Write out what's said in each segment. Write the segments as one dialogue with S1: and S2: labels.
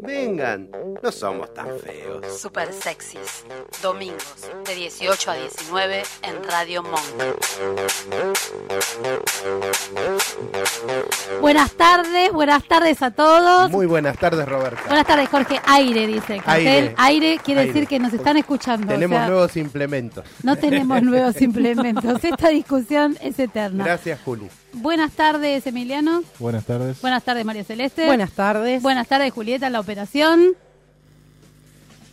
S1: Vengan, no somos tan feos.
S2: Super Sexys, domingos de 18 a 19 en Radio Monk. Buenas tardes, buenas tardes a todos.
S3: Muy buenas tardes, Roberta.
S2: buenas tardes, Jorge. Aire, dice. Aire,
S3: Aire.
S2: Aire quiere
S3: Aire.
S2: decir que nos están escuchando. o
S3: Tenemos
S2: sea,
S3: nuevos implementos.
S2: No tenemos nuevos implementos. Esta discusión es eterna.
S3: Gracias, Juli.
S2: Buenas tardes, Emiliano.
S4: Buenas tardes.
S2: Buenas tardes, María Celeste.
S5: Buenas tardes.
S2: Buenas tardes, Julieta, en la operación.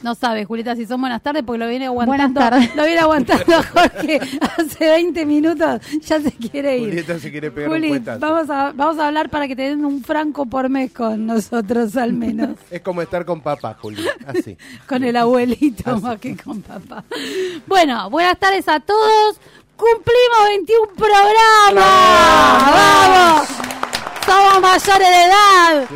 S2: No sabes, Julieta, si son buenas tardes, porque lo viene aguantando.
S5: Buenas tardes.
S2: Lo viene aguantando Jorge hace 20 minutos. Ya se quiere ir.
S3: Julieta se quiere pegar
S2: Juli,
S3: un cuetazo.
S2: vamos a, vamos a hablar para que te den un franco por mes con nosotros, al menos.
S3: Es como estar con papá, Juli. Así.
S2: con el abuelito más que con papá. Bueno, buenas tardes a todos. Cumplimos 21 programas. ¡Vamos! Somos mayores de edad.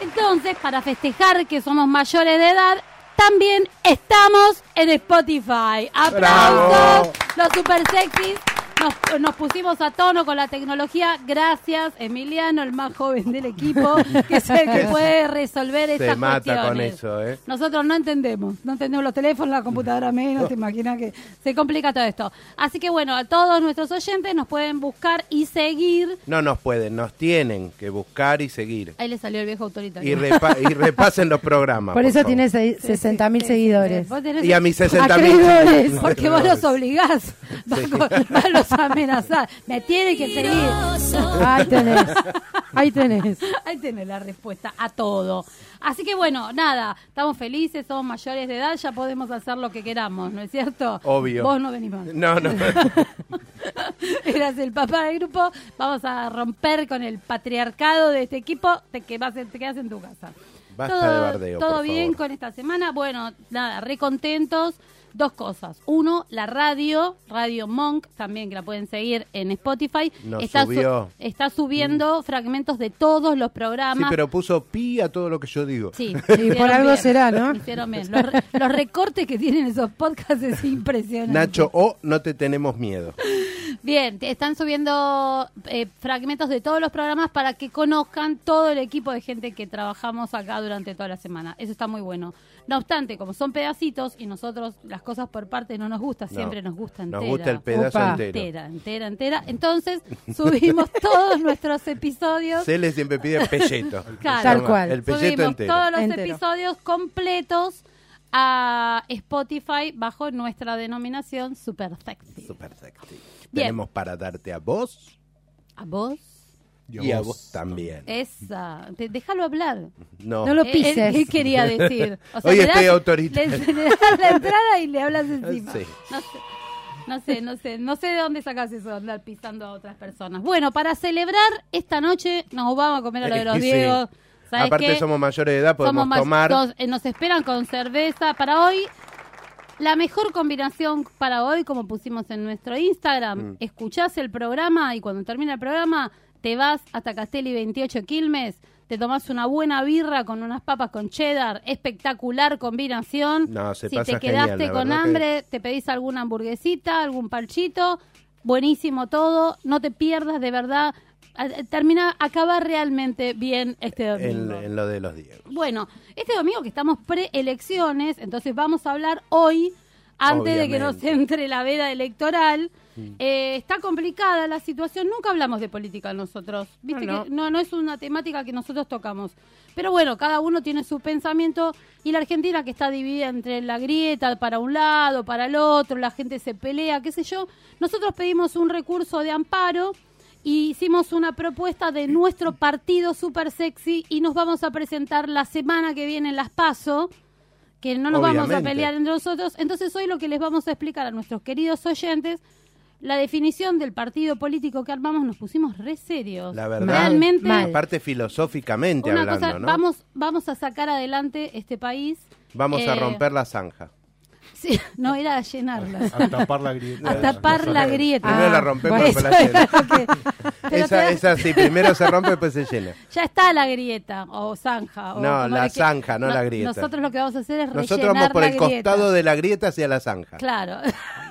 S2: Entonces, para festejar que somos mayores de edad, también estamos en Spotify. ¡Aplausos!
S3: Bravo.
S2: Los super sexys. Nos, nos pusimos a tono con la tecnología. Gracias, Emiliano, el más joven del equipo, que es el que puede resolver
S3: Se
S2: estas
S3: mata con
S2: cuestiones.
S3: eso, ¿eh?
S2: Nosotros no entendemos, no entendemos los teléfonos, la computadora menos, te imaginas que se complica todo esto. Así que bueno, a todos nuestros oyentes nos pueden buscar y seguir.
S3: No nos pueden, nos tienen que buscar y seguir.
S2: Ahí le salió el viejo autoritario.
S3: Y, repa- y repasen los programas.
S5: Por eso
S3: Ah, favor.
S5: tiene 60 mil seguidores.
S2: Vos tenés-
S3: Y a mis 60
S5: Acreedores.
S2: Porque vos los obligás, vas, con- vas a los amenazás. Me tiene que seguir.
S5: Ahí tenés. Ahí tenés.
S2: Ahí tenés la respuesta a todo. Así que bueno, nada, estamos felices, somos mayores de edad, ya podemos hacer lo que queramos, ¿no es cierto?
S3: Obvio.
S2: Vos no venís más.
S3: No, no.
S2: Eras el papá del grupo. Vamos a romper con el patriarcado de este equipo. Te, que vas, te quedas en tu casa.
S3: Basta de bardeo,
S2: ¿Todo
S3: por
S2: bien
S3: favor.
S2: con esta semana? Bueno, nada, recontentos. Dos cosas. Uno, la radio, Radio Monk, también que la pueden seguir en Spotify.
S3: Nos
S2: está,
S3: subió. Mm.
S2: está subiendo fragmentos de todos los
S3: Sí,
S2: programas.
S3: pero puso pi a todo lo que yo digo.
S5: Y
S2: Sí,
S5: por
S2: hicieron
S5: algo
S2: bien,
S5: será, ¿no?
S2: hicieron bien. Los, re- los recortes que tienen esos podcasts es impresionante.
S3: Nacho O, no te tenemos miedo.
S2: Bien, te están subiendo eh, fragmentos de todos los programas para que conozcan todo el equipo de gente que trabajamos acá durante toda la semana. Eso está muy bueno. No obstante, como son pedacitos y nosotros las cosas por parte no nos gusta, siempre
S3: No.
S2: nos gusta entera.
S3: Nos gusta el pedazo
S5: Opa.
S3: entero.
S2: entera, entera, entera. Entonces subimos todos nuestros episodios.
S3: Cele siempre pide pelleto.
S2: Claro.
S5: Tal cual.
S3: El pelleto
S2: Subimos
S3: entero.
S2: todos los
S5: Entero.
S2: episodios completos a Spotify bajo nuestra denominación Super Sexy.
S3: Super sexy.
S2: Bien.
S3: Tenemos para darte a vos
S2: ¿A vos?
S3: y a vos también.
S2: Eh, Esa. Te- déjalo hablar.
S3: No.
S5: no lo-
S2: Eh,
S5: pises.
S2: él- ¿Qué quería decir?
S3: Hoy
S2: le
S3: estoy autoritario.
S2: Le, le das la entrada y le hablas encima.
S3: Sí.
S2: No sé. No sé, no sé, no sé de dónde sacas eso de andar pisando a otras personas. Bueno, para celebrar esta noche nos vamos a comer a lo de los
S3: Sí.
S2: Diegos. ¿Sabés
S3: Aparte
S2: qué?
S3: somos mayores de edad, podemos
S2: Somos más-
S3: tomar.
S2: nos- eh, nos esperan con cerveza. Para hoy, la mejor combinación para hoy, como pusimos en nuestro Instagram,
S3: Mm.
S2: escuchás el programa y cuando termina el programa te vas hasta Castelli 28 Quilmes, te tomás una buena birra con unas papas con cheddar, espectacular combinación.
S3: No, se
S2: si
S3: pasa
S2: te
S3: genial,
S2: quedaste
S3: la
S2: con
S3: verdad que-
S2: hambre, te pedís alguna hamburguesita, algún palchito, buenísimo todo, no te pierdas de verdad. A- Termina, acaba realmente bien este
S3: En,
S2: domingo.
S3: en lo de los Diegos.
S2: Bueno, este domingo que estamos preelecciones, entonces vamos a hablar hoy, antes de que nos
S3: Obviamente.
S2: entre la veda electoral. Eh, está complicada la situación, nunca hablamos de política nosotros, viste
S5: No,
S2: que no, no es una temática que nosotros tocamos. Pero bueno, cada uno tiene su pensamiento y la Argentina que está dividida entre la grieta para un lado, para el otro, la gente se pelea, qué sé yo. Nosotros pedimos un recurso de amparo y hicimos una propuesta de nuestro partido super sexy y nos vamos a presentar la semana que viene en Las Paso, que no nos vamos a
S3: Obviamente.
S2: pelear entre nosotros. Entonces hoy lo que les vamos a explicar a nuestros queridos oyentes la definición del partido político que armamos nos pusimos re serios.
S3: La verdad.
S2: Realmente
S5: Mal.
S3: Aparte filosóficamente
S2: una
S3: hablando,
S2: cosa,
S3: ¿no?
S2: vamos, vamos a sacar adelante este país.
S3: Vamos a
S2: eh,
S3: romper la zanja.
S2: Sí, no, era llenarlas.
S6: A tapar la grieta.
S2: A tapar la grieta. Ah,
S3: Primero la rompemos,
S2: bueno,
S3: después la
S2: eso era
S3: llena.
S2: lo que- Pero te
S3: Esa,
S2: das-
S3: esa sí, primero se rompe, después se llena.
S2: Ya está la grieta o zanja. o
S3: No,
S2: como
S3: la
S2: le que-
S3: zanja, no la grieta.
S2: Nosotros lo que vamos a hacer es
S3: Nosotros
S2: rellenar
S3: vamos por
S2: la
S3: el
S2: grieta.
S3: costado de la grieta hacia la zanja.
S2: Claro.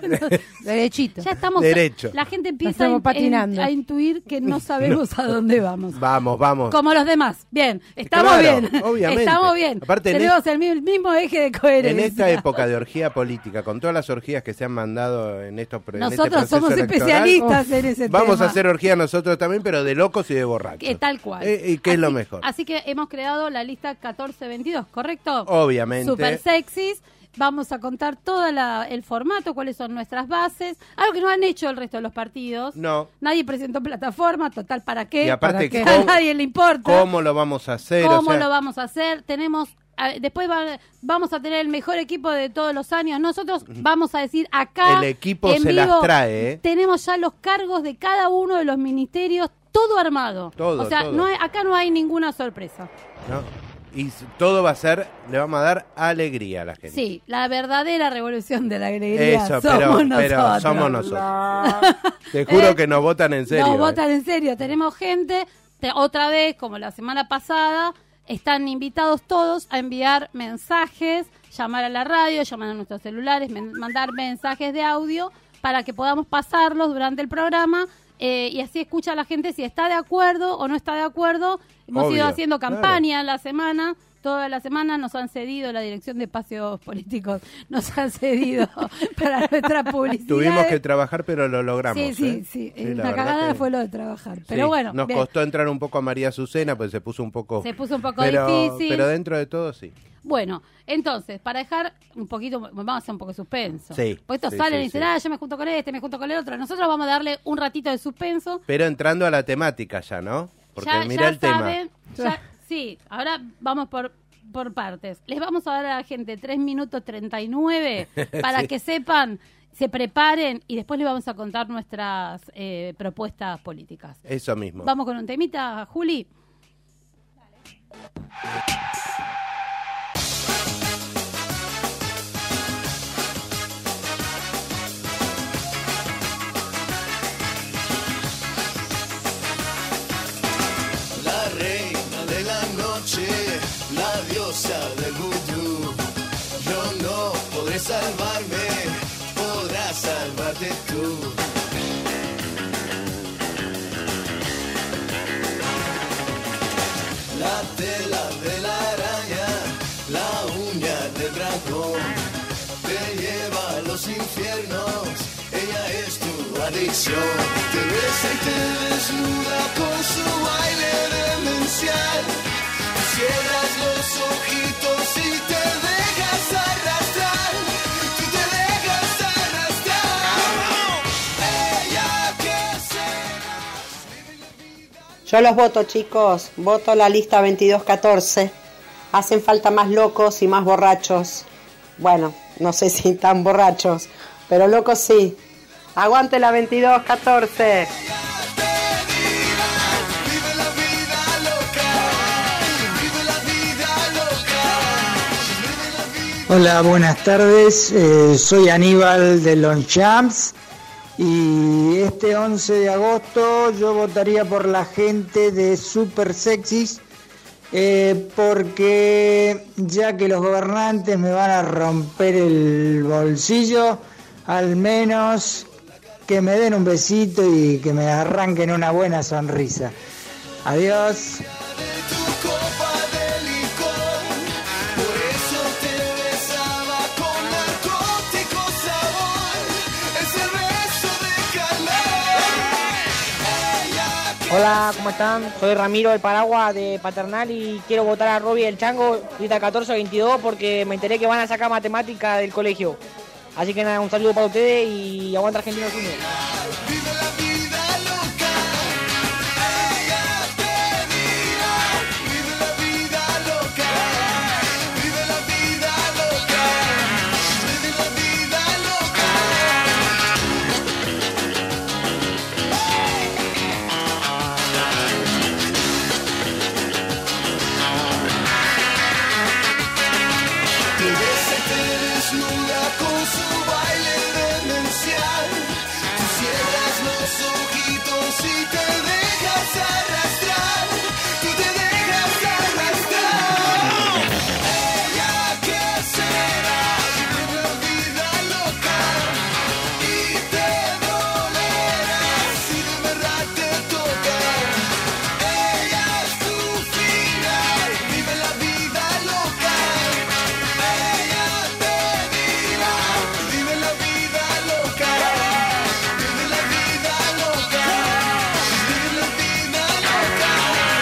S7: Derechito.
S2: ya estamos.
S3: Derecho.
S2: La gente empieza a,
S7: Estamos
S2: in-
S7: patinando.
S2: a intuir que no sabemos a dónde vamos.
S3: Vamos, vamos.
S2: Como los demás. Bien, estamos
S3: Claro,
S2: bien.
S3: obviamente.
S2: Estamos bien.
S3: Aparte, en
S2: Tenemos el mi- el mismo eje de coherencia.
S3: En esta época de orgía política, con todas las orgías que se han mandado en estos pro- en este
S2: Nosotros
S3: proceso
S2: somos
S3: electoral,
S2: especialistas en ese
S3: Vamos
S2: tema.
S3: a hacer orgía nosotros también, pero de locos y de borrachos.
S2: Eh, tal cual.
S3: Eh, ¿Y qué es
S2: Así-
S3: lo mejor?
S2: Así que hemos creado la lista 1422, ¿correcto?
S3: Obviamente.
S2: Super sexys. Vamos a contar todo el formato, cuáles son nuestras bases, algo que no han hecho el resto de los partidos.
S3: No.
S2: Nadie presentó plataforma, total, ¿para qué?
S3: Y aparte,
S2: ¿Para qué?
S3: ¿cómo-
S2: a nadie le importa.
S3: ¿Cómo lo vamos a hacer? O
S2: ¿Cómo
S3: sea,
S2: lo vamos a hacer? Tenemos, a- después va- vamos a tener el mejor equipo de todos los años. Nosotros vamos a decir acá.
S3: El equipo
S2: en
S3: se
S2: vivo,
S3: las trae, ¿eh?
S2: Tenemos ya los cargos de cada uno de los ministerios, todo armado.
S3: Todo,
S2: o sea,
S3: todo.
S2: No hay- acá no hay ninguna sorpresa.
S3: ¿no? Y s- todo va a ser, le vamos a dar alegría a la gente.
S2: Sí, la verdadera revolución de la alegría
S3: Eso,
S2: somos
S3: pero,
S2: nosotros.
S3: pero somos nosotros. Te juro
S2: Eh,
S3: que nos votan en serio.
S2: Nos
S3: ¿eh?
S2: votan en serio. Tenemos gente, te- otra vez, como la semana pasada, están invitados todos a enviar mensajes, llamar a la radio, llamar a nuestros celulares, men- mandar mensajes de audio para que podamos pasarlos durante el programa. eh, y así escucha la gente si está de acuerdo o no está de acuerdo. Hemos ido
S3: Obvio,
S2: haciendo
S3: claro.
S2: campaña la semana, toda la semana nos han cedido la dirección de espacios políticos, nos han cedido para nuestra publicidad.
S3: Tuvimos que trabajar, pero lo logramos.
S2: eh. Sí,
S3: ¿eh?
S2: sí, sí.
S3: la
S2: Una
S3: verdad
S2: cagada
S3: que-
S2: fue lo de trabajar.
S3: Sí,
S2: Pero bueno,
S3: Nos
S2: bien.
S3: costó entrar un poco a María Azucena, pues se puso un poco.
S2: Se puso un poco
S3: pero,
S2: difícil.
S3: Pero dentro de todo, sí.
S2: bueno, entonces, para dejar un poquito, vamos a hacer un poco de suspenso.
S3: Sí,
S2: Porque estos
S3: sí, sí,
S2: salen y dicen,
S3: sí.
S2: ah, yo me junto con este, me junto con el otro. Nosotros vamos a darle un ratito de suspenso.
S3: Pero entrando a la temática ya, ¿no? Porque
S2: ya
S3: mira
S2: ya
S3: el
S2: saben,
S3: tema.
S2: ya- sí, ahora vamos por por partes. Les vamos a dar a la gente 3 minutos 39 para que sepan, se preparen y después les vamos a contar nuestras eh, propuestas políticas.
S3: Eso mismo.
S2: Vamos con un temita, Juli.
S8: La reina de la noche, la diosa del vudú. Yo no podré salvarme, podrás salvarte tú. La tela de la araña, la uña del dragón. Te lleva a los infiernos, ella es tu adicción. Te besa y te desnuda con su baile demencial. Cierras los ojitos y te dejas arrastrar. Tú te dejas arrastrar. Ella que se...
S9: Yo los voto, chicos. Voto la lista 2214. Hacen falta más locos y más borrachos. Bueno, no sé si tan borrachos, pero locos sí. Aguante la 2214.
S8: Vive la vida loca, vive la vida loca.
S10: Hola, buenas tardes. Eh, soy Aníbal de Lonchamps y este 11 de agosto yo votaría por la gente de Super Sexys eh, porque ya que los gobernantes me van a romper el bolsillo, al menos que me den un besito y que me arranquen una buena sonrisa. Adiós.
S8: De tu copa de licor, por eso te besaba con narcótico sabor, ese beso de calor. Ella
S11: Hola, ¿cómo están? Soy Ramiro del Paraguas de Paternal y quiero votar a Robbie del Chango, lista 1422, porque me enteré que van a sacar matemática del colegio. Así que nada, un saludo para ustedes y aguanta Argentinos Unidos.
S8: Vive la vida loca, ella te dirá. Vive la vida loca, vive la vida loca, vive la vida loca. Te besa y te desnuda con su baile demencial. Tú cierras los ojitos y te dejas arrastrar. Tú te dejas arrastrar. Ella que será una vida loca y te dolerá si de verdad te toca. Ella es tu final, vive la vida loca. Ella te dirá, vive la vida loca. Vive la vida loca. Vive la vida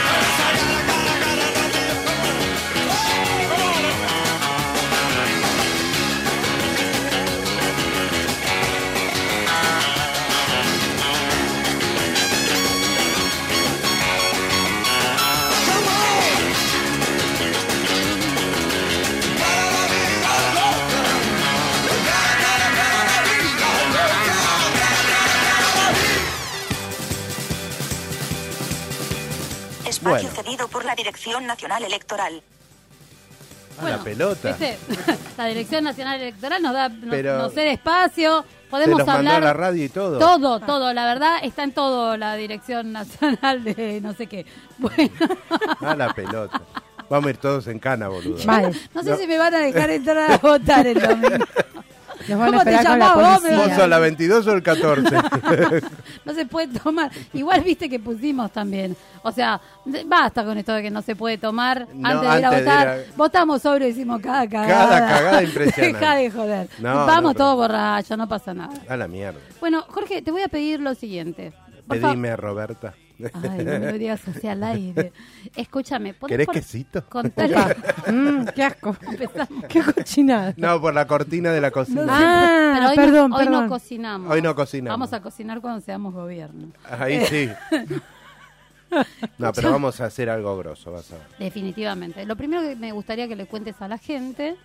S4: Espacio
S3: Bueno.
S4: cedido por la Dirección Nacional Electoral.
S3: A la pelota.
S2: ¿Viste? La Dirección Nacional Electoral nos da nos,
S3: Pero-
S2: nos cede espacio,
S3: Se
S2: podemos
S3: los mandó a
S2: hablar
S3: la radio y todo.
S2: todo,
S5: Ah.
S2: todo, la verdad está en todo la Dirección Nacional de no sé qué. Bueno,
S3: A la pelota. Vamos a ir todos en cana, boludo.
S5: Vale.
S2: no sé si me van a dejar entrar a votar el domingo.
S5: Nos van a
S2: ¿Cómo te
S5: esperar con la
S2: llamás vos?
S5: policía.
S3: ¿Vos sos la 22 o el 14?
S2: No se puede tomar. Igual viste que pusimos también. O sea, de- basta con esto de que no se puede tomar
S3: No,
S2: antes de ir a
S3: antes de
S2: votar.
S3: ir a-
S2: Votamos sobre y hicimos cada cagada.
S3: cagada impresionante.
S2: Deja de joder.
S3: No,
S2: Vamos
S3: no, pero-
S2: todos borrachos, no pasa nada.
S3: A la mierda.
S2: Bueno, Jorge, te voy a pedir lo siguiente. Por fa-
S3: Pedime, Roberta.
S2: Ay, no me lo digas así al aire. Escúchame, ¿podés
S3: ¿Querés
S2: por-
S3: quesito? Ah.
S2: contarle-
S5: Mm, qué asco.
S2: Empezamos.
S5: Qué cochinada.
S3: No, por la cortina de la cocina.
S5: Ah,
S2: Pero hoy,
S5: perdón,
S2: no, hoy no
S5: perdón.
S2: cocinamos.
S3: Hoy no cocinamos.
S2: Vamos a cocinar cuando seamos gobierno.
S3: Ahí sí. No, pero vamos a hacer algo grosso, vas a ver.
S2: Definitivamente. Lo primero que me gustaría que le cuentes a la gente,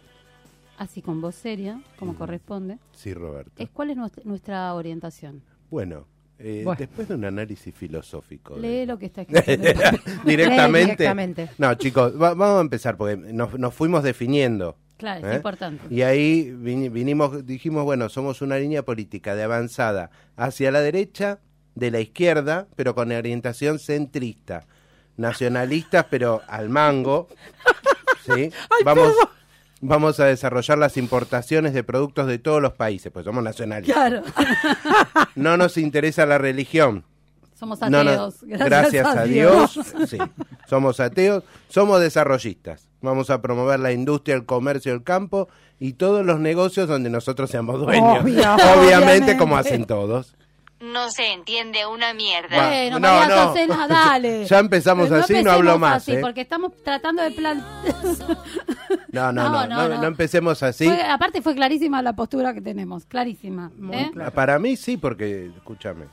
S2: así con voz seria, como corresponde,
S3: Sí, Roberta.
S5: Eh.
S2: es cuál es nuestra, nuestra orientación.
S3: Bueno, eh,
S5: Bueno.
S3: después de un análisis filosófico. de-
S2: Lee lo que está escrito. en el papel.
S3: directamente.
S5: Lee directamente.
S3: No, chicos, va- vamos a empezar porque nos, nos fuimos definiendo.
S2: claro,
S3: ¿eh?
S2: es importante.
S3: Y ahí vin- vinimos, dijimos, bueno, somos una línea política de avanzada hacia la derecha, de la izquierda, pero con orientación centrista. Nacionalistas, pero al mango. ¿sí? Vamos, vamos a desarrollar las importaciones de productos de todos los países, pues somos nacionalistas.
S2: Claro,
S3: No nos interesa la religión.
S2: somos
S3: No,
S2: ateos.
S3: no,
S2: gracias,
S3: a Dios. sí. Somos ateos, somos desarrollistas. Vamos a promover la industria, el comercio, el campo y todos los negocios donde nosotros seamos
S5: Obvio,
S3: dueños. obviamente,
S5: obviamente.
S3: como hacen todos.
S4: No se entiende una mierda.
S2: Bueno,
S3: No,
S2: Eh, María
S3: no.
S2: Azucena, dale.
S3: Ya empezamos así, no
S2: empecemos
S3: hablo más,
S2: así,
S3: ¿eh?
S2: porque estamos tratando de plan.
S3: No, no, no, no, no empecemos así. Ah,
S2: Fue- aparte fue clarísima la postura que tenemos, clarísima. ¿eh?
S3: Para mí sí, porque, escúchame,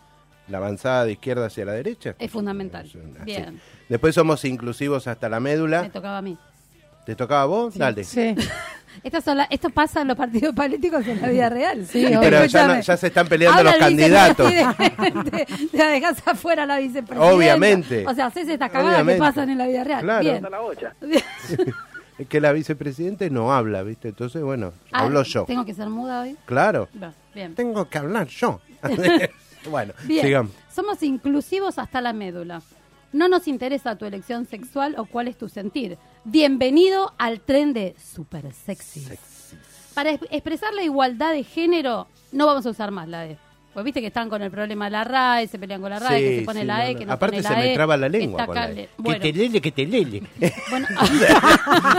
S3: la avanzada de izquierda hacia la derecha.
S2: Es fundamental.
S3: Así.
S2: Bien.
S3: Después somos inclusivos hasta la
S2: Me
S3: médula.
S2: tocaba a mí.
S3: ¿Te tocaba a vos? Dale.
S5: Sí.
S2: Estas son la- esto pasa en los partidos políticos en la vida real.
S5: Sí,
S3: Y
S5: obvio.
S3: pero ya,
S2: Escúchame.
S3: no- ya se están peleando
S2: Habla
S3: los
S2: el
S3: candidatos.
S2: vicepresidente, La dejás afuera la vicepresidenta.
S3: Obviamente.
S2: O sea, haces estas cagadas
S3: Obviamente.
S2: que pasan en la vida real.
S3: Claro.
S2: Bien.
S3: Es que la vicepresidente no habla, ¿viste? Entonces, bueno,
S2: Ah,
S3: hablo yo.
S2: ¿Tengo que ser muda hoy?
S3: Claro.
S2: Va, Bien.
S3: Tengo que hablar yo. bueno,
S2: Bien.
S3: sigamos.
S2: Somos inclusivos hasta la médula. No nos interesa tu elección sexual o cuál es tu sentir. Bienvenido al tren de super sexy. Para es- expresar la igualdad de género, no vamos a usar más la E. Pues viste que están con el problema de la RAE, se pelean con la RAE, que
S3: Sí,
S2: se pone
S3: sí,
S2: la
S3: no,
S2: E,
S3: no.
S2: que no
S3: Aparte
S2: pone
S3: se
S2: la
S3: me
S2: E,
S3: traba la
S2: que
S3: lengua
S2: está
S3: con la
S2: cal-
S3: E.
S2: Bueno,
S12: lele, que te lele.
S2: bueno,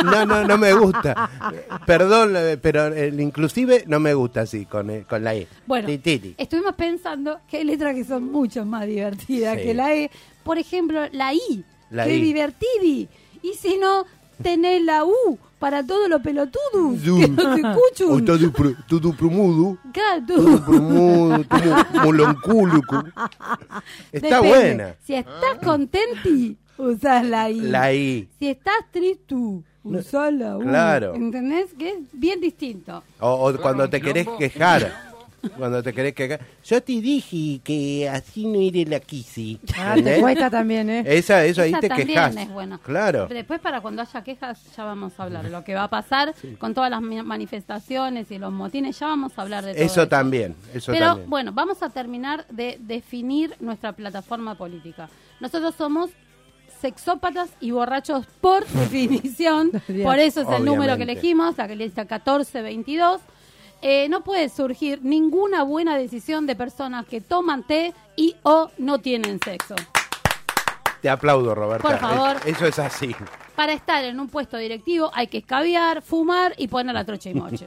S3: No, no, no me gusta. Perdón, eh, pero el inclusive no me gusta así, con, eh, con la E.
S2: Bueno,
S3: Ti, ti, ti.
S2: estuvimos pensando que hay letras que son mucho más divertidas
S3: Sí.
S2: que la E. Por ejemplo, la I,
S3: La
S2: que
S3: I.
S2: es divertidi. Y si no, tenés la U para todos los pelotudos que no te
S3: O
S2: escuchan.
S3: todo pro- todo promudo,
S2: Claro, tú.
S3: todo promudo, todo molonculo. Está
S2: Depende.
S3: buena.
S2: Si estás contenti, usás la I.
S3: La I.
S2: Si estás triste, usás la U.
S3: claro.
S2: ¿Entendés? Que es bien distinto.
S3: O, o cuando te querés quejar. Cuando te querés cagar. Yo te dije que así no iré la quisi.
S5: Ah, te
S3: ¿entendés?
S5: cuesta también, ¿eh?
S3: Esa, eso ahí
S2: Esa
S3: te
S2: también
S3: quejas.
S2: es buena.
S3: Claro.
S2: Pero después para cuando haya quejas ya vamos a hablar. Lo que va a pasar con todas las mi- manifestaciones y los motines, ya vamos a hablar de todo
S3: Eso también. Eso
S2: Pero
S3: también.
S2: bueno, vamos a terminar de definir nuestra plataforma política. Nosotros somos sexópatas y borrachos por definición, por eso es el número
S12: Obviamente.
S2: que elegimos, la que lista 1422. Eh, no puede surgir ninguna buena decisión de personas que toman té y o no tienen sexo.
S3: Te aplaudo, Roberta.
S2: Por favor.
S3: Es- Eso es así.
S2: Para estar en un puesto directivo hay que escabiar, fumar y poner la trocha y moche.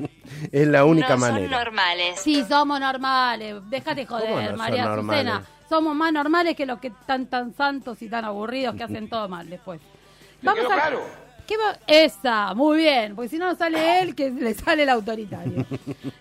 S3: es la única
S2: No son
S3: manera.
S4: normales.
S2: Sí, somos normales. Déjate joder,
S3: no
S2: María
S3: son normales?
S2: Azucena. Somos más normales que los que están tan santos y tan aburridos que hacen todo mal después. Vamos a... ¿Qué va- Esa, muy bien. Porque si no sale él, que le sale el autoritario.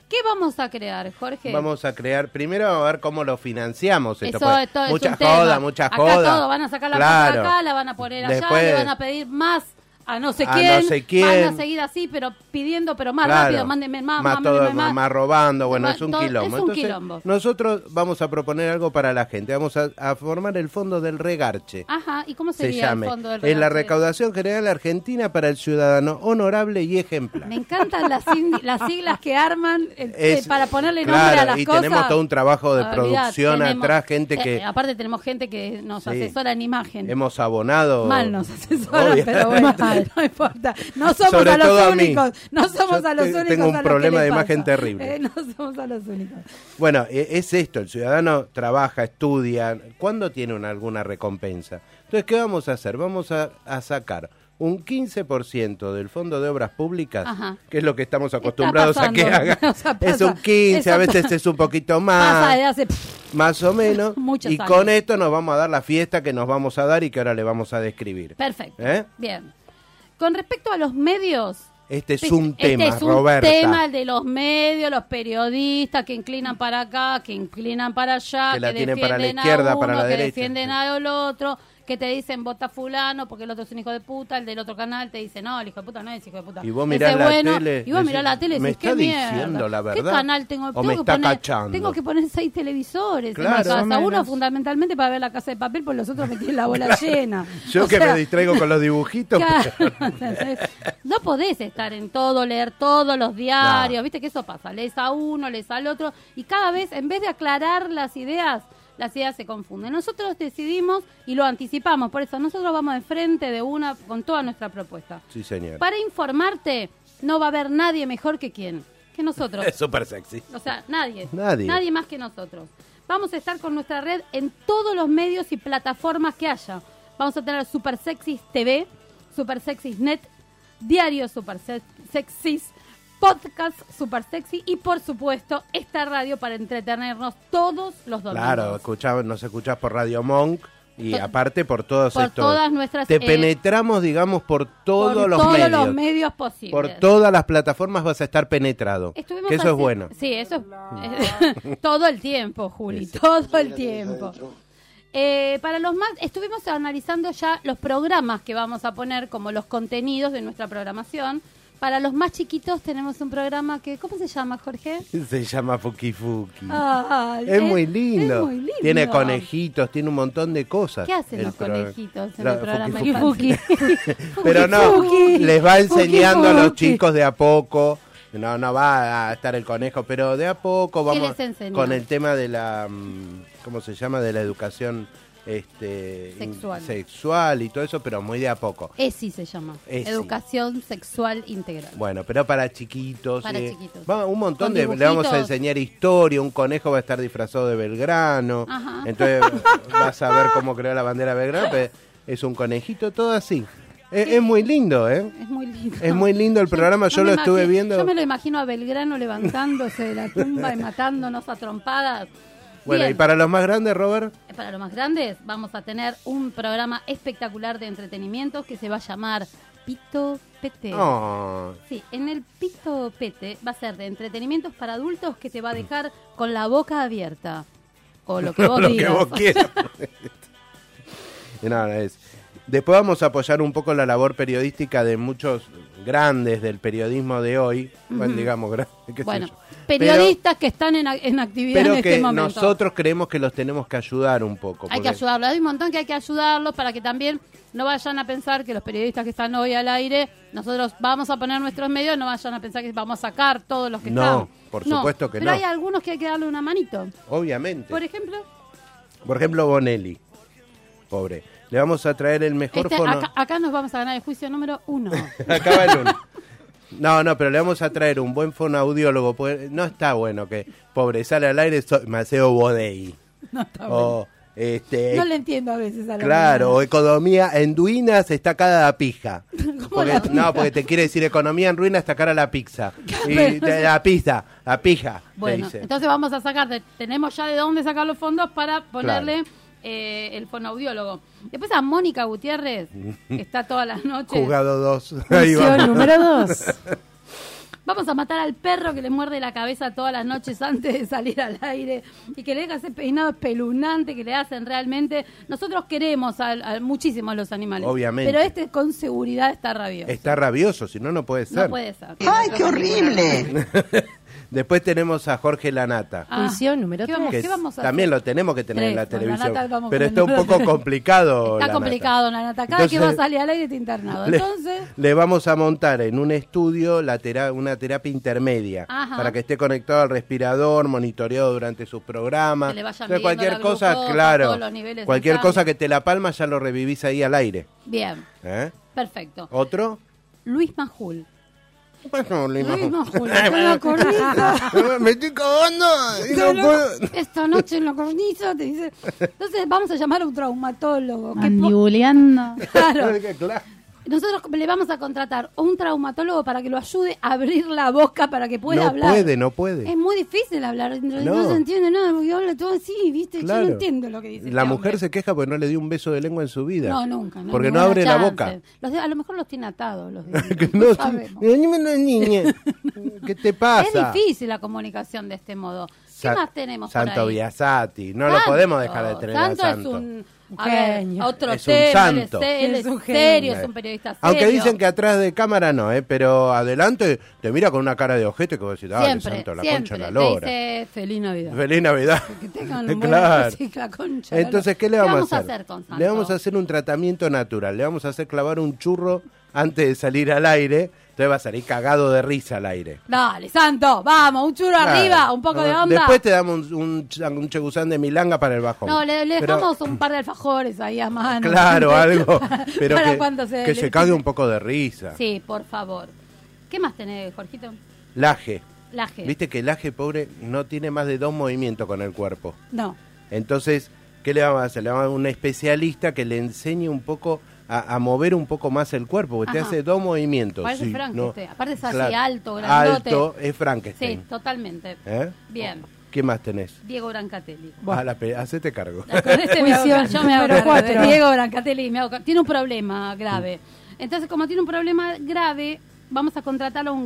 S2: ¿Qué vamos a crear, Jorge?
S3: Vamos a crear, primero a ver cómo lo financiamos esto.
S2: Eso,
S3: pues.
S2: esto es
S3: mucha
S2: un tema.
S3: joda, mucha
S2: acá
S3: joda.
S2: todo, van a sacar la
S3: Claro.
S2: plata acá, la van a poner allá,
S3: Después-
S2: le van a pedir más a no sé
S3: A no
S2: quién.
S3: sé quién.
S2: Van a seguir así, pero pidiendo, pero más
S3: Claro.
S2: rápido, mándenme más,
S3: más
S2: mándenme
S3: todo,
S2: más.
S3: más, robando, bueno,
S2: Más
S3: es un
S2: todo- es
S3: quilombo.
S2: un
S3: Entonces,
S2: quilombo.
S3: nosotros vamos a proponer algo para la gente. Vamos a, a formar el fondo del regarche.
S2: Ajá, ¿y cómo
S3: se
S2: sería
S3: llame.
S2: Ah, el fondo del
S3: es la
S2: regalo?
S3: recaudación general argentina para el ciudadano honorable y ejemplar.
S2: Me encantan las, in- las siglas que arman eh,
S3: Es-
S2: eh, para ponerle nombre
S3: claro,
S2: a las
S3: y
S2: cosas.
S3: tenemos todo un trabajo de
S2: Olvidá,
S3: producción
S2: tenemos-
S3: atrás, gente
S2: eh,
S3: que
S2: aparte tenemos gente que nos
S3: Sí.
S2: asesora en imagen.
S3: hemos abonado.
S2: Mal nos asesoran,
S3: Obvio.
S2: pero bueno, no importa. No somos
S3: Sobre
S2: a los
S3: todo a mí.
S2: únicos. no somos
S3: Yo
S2: a los
S3: te-
S2: únicos.
S3: tengo un
S2: a los que
S3: problema
S2: le
S3: de
S2: pasa.
S3: imagen terrible.
S2: Eh, no somos a los únicos.
S3: Bueno, e- es esto, el ciudadano trabaja, estudia, ¿cuándo tiene una- alguna recompensa? Entonces, ¿qué vamos a hacer? Vamos a, a sacar un 15% del Fondo de Obras Públicas,
S2: Ajá.
S3: que es lo que estamos acostumbrados a que
S2: pasando.
S3: haga.
S2: O sea,
S3: es
S2: pasa-
S3: un 15,
S2: eso
S3: a veces
S2: pasa-
S3: es un poquito
S2: Pasa desde
S3: más,
S2: hace
S3: más o menos.
S2: Muchos
S3: y
S2: años.
S3: con esto nos vamos a dar la fiesta que nos vamos a dar y que ahora le vamos a describir.
S2: Perfecto.
S3: ¿Eh?
S2: Bien. Con respecto a los medios,
S3: Este es un
S2: Este
S3: tema,
S2: es un
S3: Roberta.
S2: tema el de los medios, los periodistas que inclinan para acá, que inclinan para allá,
S3: Que la tienen
S2: defienden
S3: para la
S2: a
S3: izquierda,
S2: uno,
S3: para la
S2: que
S3: derecha.
S2: defienden al otro, que te dicen vota fulano porque el otro es un hijo de puta, el del otro canal te dice no, el hijo de puta no es hijo de puta.
S3: Y vos
S2: Ese
S3: mirás
S2: es
S3: la
S2: bueno,
S3: tele,
S2: y vos
S3: decís,
S2: mirás la tele y
S3: ¿me
S2: decís,
S3: está
S2: "¿Qué mierda?
S3: diciendo la verdad?
S2: ¿Qué canal tengo?
S3: ¿O
S2: tengo
S3: me
S2: que
S3: está
S2: poner,
S3: cachando?"
S2: Tengo que poner seis televisores
S3: Claro.
S2: en mi
S3: Más
S2: casa,
S3: o
S2: uno
S3: menos.
S2: fundamentalmente para ver la casa de papel porque los otros me tienen la bola llena.
S3: Yo
S2: O
S3: que
S2: sea,
S3: me distraigo con los dibujitos.
S2: Claro,
S3: pero-
S2: ¿entendés? no podés estar en todo, leer todos los diarios, viste que eso pasa, lees a uno, lees al otro, y cada vez, en vez de aclarar las ideas, las ideas se confunden. Nosotros decidimos y lo anticipamos, por eso nosotros vamos de frente de una con toda nuestra propuesta.
S3: Sí, señor.
S2: Para informarte, no va a haber nadie mejor que quién, que nosotros.
S3: Es súper sexy.
S2: O sea, nadie.
S3: Nadie.
S2: más que nosotros. Vamos a estar con nuestra red en todos los medios y plataformas que haya. Vamos a tener Super Sexys TV, Super Sexys Net, Diario Super Se- Sexys, Podcast Super Sexy y, por supuesto, esta radio para entretenernos todos los domingos.
S3: Claro, escuchá- nos escuchás por Radio Monk y
S2: To-
S3: aparte por todos
S2: por
S3: estos-
S2: todas nuestras,
S3: Te
S2: eh,
S3: penetramos, digamos, por
S2: Por
S3: todos, los,
S2: todos
S3: medios.
S2: los medios posibles.
S3: Por todas las plataformas vas a estar penetrado.
S2: Estuvimos
S3: que eso es
S2: haci-
S3: bueno.
S2: Sí, eso es- todo el tiempo, Juli, todo el tiempo. Eh, para los más, estuvimos analizando ya los programas que vamos a poner como los contenidos de nuestra programación. Para los más chiquitos tenemos un programa que, ¿cómo se llama, Jorge?
S3: Se llama Fuki Fuki.
S2: Ay,
S3: es, muy lindo.
S2: es muy lindo.
S3: Tiene conejitos, tiene un montón de cosas.
S2: ¿Qué hacen
S3: El
S2: los
S3: pro-
S2: conejitos en
S3: la-
S2: el programa?
S3: Fuki Fuki.
S2: Fuki
S3: Pero no,
S2: Fuki.
S3: les va enseñando a los
S2: Fuki Fuki.
S3: chicos de a poco. No, no va a estar el conejo, pero de a poco
S2: ¿Qué
S3: vamos
S2: les enseña?
S3: con el tema de la, mm, ¿cómo se llama? De la educación este, in-
S2: Sexual.
S3: sexual y todo eso, pero muy de a poco.
S2: ESI se llama.
S3: ESI.
S2: Educación Sexual Integral.
S3: Bueno, pero para chiquitos.
S2: Para
S3: eh,
S2: chiquitos.
S3: va- un montón
S2: Con
S3: de. Le vamos a
S2: dibujitos.
S3: enseñar historia. Un conejo va a estar disfrazado de Belgrano.
S2: Ajá.
S3: Entonces vas a ver cómo creó la bandera Belgrano. pero es un conejito, todo así. Es, es muy lindo, ¿eh?
S2: Es muy lindo.
S3: Es muy lindo el programa. Yo
S2: No
S3: lo
S2: me
S3: estuve
S2: imagi-
S3: viendo.
S2: Yo me lo imagino a Belgrano levantándose de la tumba y matándonos a trompadas.
S3: Bueno,
S2: Bien. Eh,
S3: y para los más grandes, Robert.
S2: Para los más grandes, vamos a tener un programa espectacular de entretenimiento que se va a llamar Pito Pete.
S3: Oh,
S2: Sí, en el Pito Pete va a ser de entretenimientos para adultos que te va a dejar con la boca abierta. O lo que vos
S3: lo que
S2: digas.
S3: vos quieras. Y nada, es. Después vamos a apoyar un poco la labor periodística de muchos grandes del periodismo de hoy, bueno,
S2: Ujú.
S3: digamos, grandes, qué sé
S2: Bueno,
S3: yo. Pero-
S2: periodistas que están en, ac- en actividad
S3: pero
S2: en
S3: que
S2: este momento.
S3: nosotros creemos que los tenemos que ayudar un poco.
S2: Hay
S3: porque-
S2: que ayudarlos. Hay un montón que hay que ayudarlos para que también no vayan a pensar que los periodistas que están hoy al aire, nosotros vamos a poner nuestros medios, no vayan a pensar que vamos a sacar todos los que
S3: No,
S2: están.
S3: por supuesto que
S2: pero
S3: no.
S2: hay algunos que hay que darle una manito.
S3: Obviamente.
S2: Por ejemplo,
S3: Por ejemplo, Bonelli. Pobre. Le vamos a traer el mejor
S2: este,
S3: fono.
S2: acá, acá nos vamos a ganar el juicio número uno.
S3: Acaba el uno. No, no, pero le vamos a traer un buen fonoaudiólogo. pues, no está bueno que, pobre, sale al aire so- Maceo Bodei.
S2: No, está bueno.
S3: O, este,
S2: No le entiendo a veces a la
S3: claro, o economía en ruinas está cara a la pija.
S2: ¿Cómo
S3: Porque-
S2: la pija?
S3: no, porque te quiere decir economía en ruinas está cara a la pizza. Y,
S2: Pero-
S3: te- la pizza, la pija, te
S2: Bueno,
S3: dice.
S2: entonces vamos a sacar, de- tenemos ya de dónde sacar los fondos para ponerle eh, el fonoaudiólogo. Después a Mónica Gutiérrez, que está todas las noches.
S3: Jugado 2. Ahí vamos.
S2: Vamos a matar al perro que le muerde la cabeza todas las noches antes de salir al aire y que le deja ese peinado espeluznante que le hacen realmente. Nosotros queremos al- a, muchísimo a los animales.
S3: Obviamente.
S2: Pero este con seguridad está rabioso.
S3: Está rabioso, si no, no puede ser.
S2: No puede ser.
S5: ¡Ay, qué horrible!
S3: Después tenemos a Jorge Lanata.
S2: Ah,
S5: Función número
S2: ¿Qué vamos,
S3: que
S2: qué vamos a
S3: también
S2: hacer?
S3: lo tenemos que tener
S2: Tres,
S3: en la
S2: con
S3: televisión.
S2: Lanata vamos
S3: pero
S2: con
S3: está un
S2: Lanata.
S3: poco complicado.
S2: Está
S3: Lanata.
S2: complicado, Nanata. Cada que va a
S3: Entonces-
S2: salir al aire está internado.
S3: Le-
S2: Entonces,
S3: Le vamos a montar en un estudio la tera- una terapia intermedia
S2: Ajá.
S3: para que esté conectado al respirador, monitoreado durante sus programas.
S2: Que le
S3: Entonces,
S2: vayan midiendo
S3: cualquier
S2: la
S3: cosa,
S2: glucosa,
S3: claro.
S2: todos los niveles de
S3: Cualquier
S2: sangre.
S3: cosa que te la palma ya lo revivís ahí al aire.
S2: bien,
S3: ¿Eh?
S2: perfecto.
S3: ¿Otro?
S2: Luis Majul.
S3: Bueno, le
S2: Luis
S3: imagino.
S2: Majul, con la cornisa.
S3: Me estoy cagando. y no
S2: Pero
S3: puedo.
S2: Esta noche en la cornisa te dice. Entonces vamos a llamar a un traumatólogo. que po-
S5: Mandibuleando.
S2: Claro.
S3: Claro.
S2: Nosotros le vamos a contratar a un traumatólogo para que lo ayude a abrir la boca para que pueda
S3: No
S2: hablar.
S3: puede, no puede.
S2: Es muy difícil hablar, no,
S3: No.
S2: no se entiende nada, porque habla todo así, ¿viste? Yo
S3: Claro.
S2: no entiendo lo que dice.
S3: La
S2: este
S3: mujer
S2: hombre.
S3: se queja porque no le dio un beso de lengua en su vida.
S2: No, nunca. No,
S3: porque no
S2: ninguna
S3: abre la
S2: chance.
S3: boca.
S2: Los de- a lo mejor los tiene atados. Los de-
S3: Que
S2: no
S3: no,
S2: sabemos.
S3: sí. Anímame una niña. ¿Qué te pasa?
S2: Es difícil la comunicación de este modo. ¿Qué
S3: Sa-
S2: más tenemos por
S3: Santo
S2: ahí?
S3: Biasati. No lo
S2: Santo.
S3: podemos dejar de tener
S2: Santo
S3: a Santo.
S2: es un a ver,
S5: genio.
S2: otro
S3: Es un
S2: tema, él
S3: santo.
S2: es, se- él
S5: Es
S2: es
S5: un genio.
S2: serio, es un periodista serio.
S3: Aunque dicen que atrás de cámara no, ¿eh? pero adelante te mira con una cara de ojete que vos decís, dale,
S2: siempre,
S3: santo, la concha
S2: siempre
S3: de la
S2: te
S3: lora.
S2: dice feliz Navidad.
S3: Feliz Navidad.
S2: Que tengan un buen
S3: Claro.
S2: sí, la concha de la
S3: Entonces,
S2: lora.
S3: ¿qué le vamos, a hacer?
S2: con Santo?
S3: le vamos a hacer un tratamiento natural. Le vamos a hacer clavar un churro antes de salir al aire. Entonces va a salir cagado de risa al aire.
S2: Dale, Santo, vamos, un churro
S3: Claro.
S2: arriba, un poco de
S3: No,
S2: onda.
S3: Después te damos un, un, ch- un chegusán de milanga para el bajón.
S2: no, le, le
S3: Pero-
S2: dejamos un par de alfajores ahí a mano.
S3: Claro, algo. Pero
S2: Para
S3: que,
S2: cuando se
S3: que
S2: le-
S3: se cague un poco de risa.
S2: Sí, por favor. ¿Qué más tenés, Jorgito?
S3: Laje.
S2: Laje.
S3: Viste que el aje, pobre, no tiene más de dos movimientos con el cuerpo.
S2: No.
S3: Entonces, ¿qué le vamos a hacer? Le vamos a un especialista que le enseñe un poco a, a mover un poco más el cuerpo, porque
S2: Ajá.
S3: te hace dos movimientos.
S2: Parece
S3: sí,
S2: Frankenstein.
S3: no.
S2: Aparte es así,
S3: Claro.
S2: alto, grandote.
S3: Alto, es
S2: Sí,
S3: Frankenstein.
S2: totalmente.
S3: ¿Eh?
S2: Bien,
S3: ¿Qué más tenés?
S2: Diego Brancatelli.
S3: Ah, la pe- hacete cargo.
S2: Con este me hago- yo me hago
S5: Número
S2: cargo de
S5: cuatro.
S2: Diego Brancatelli me hago car- tiene un problema grave. Entonces, como tiene un problema grave, vamos a contratar a un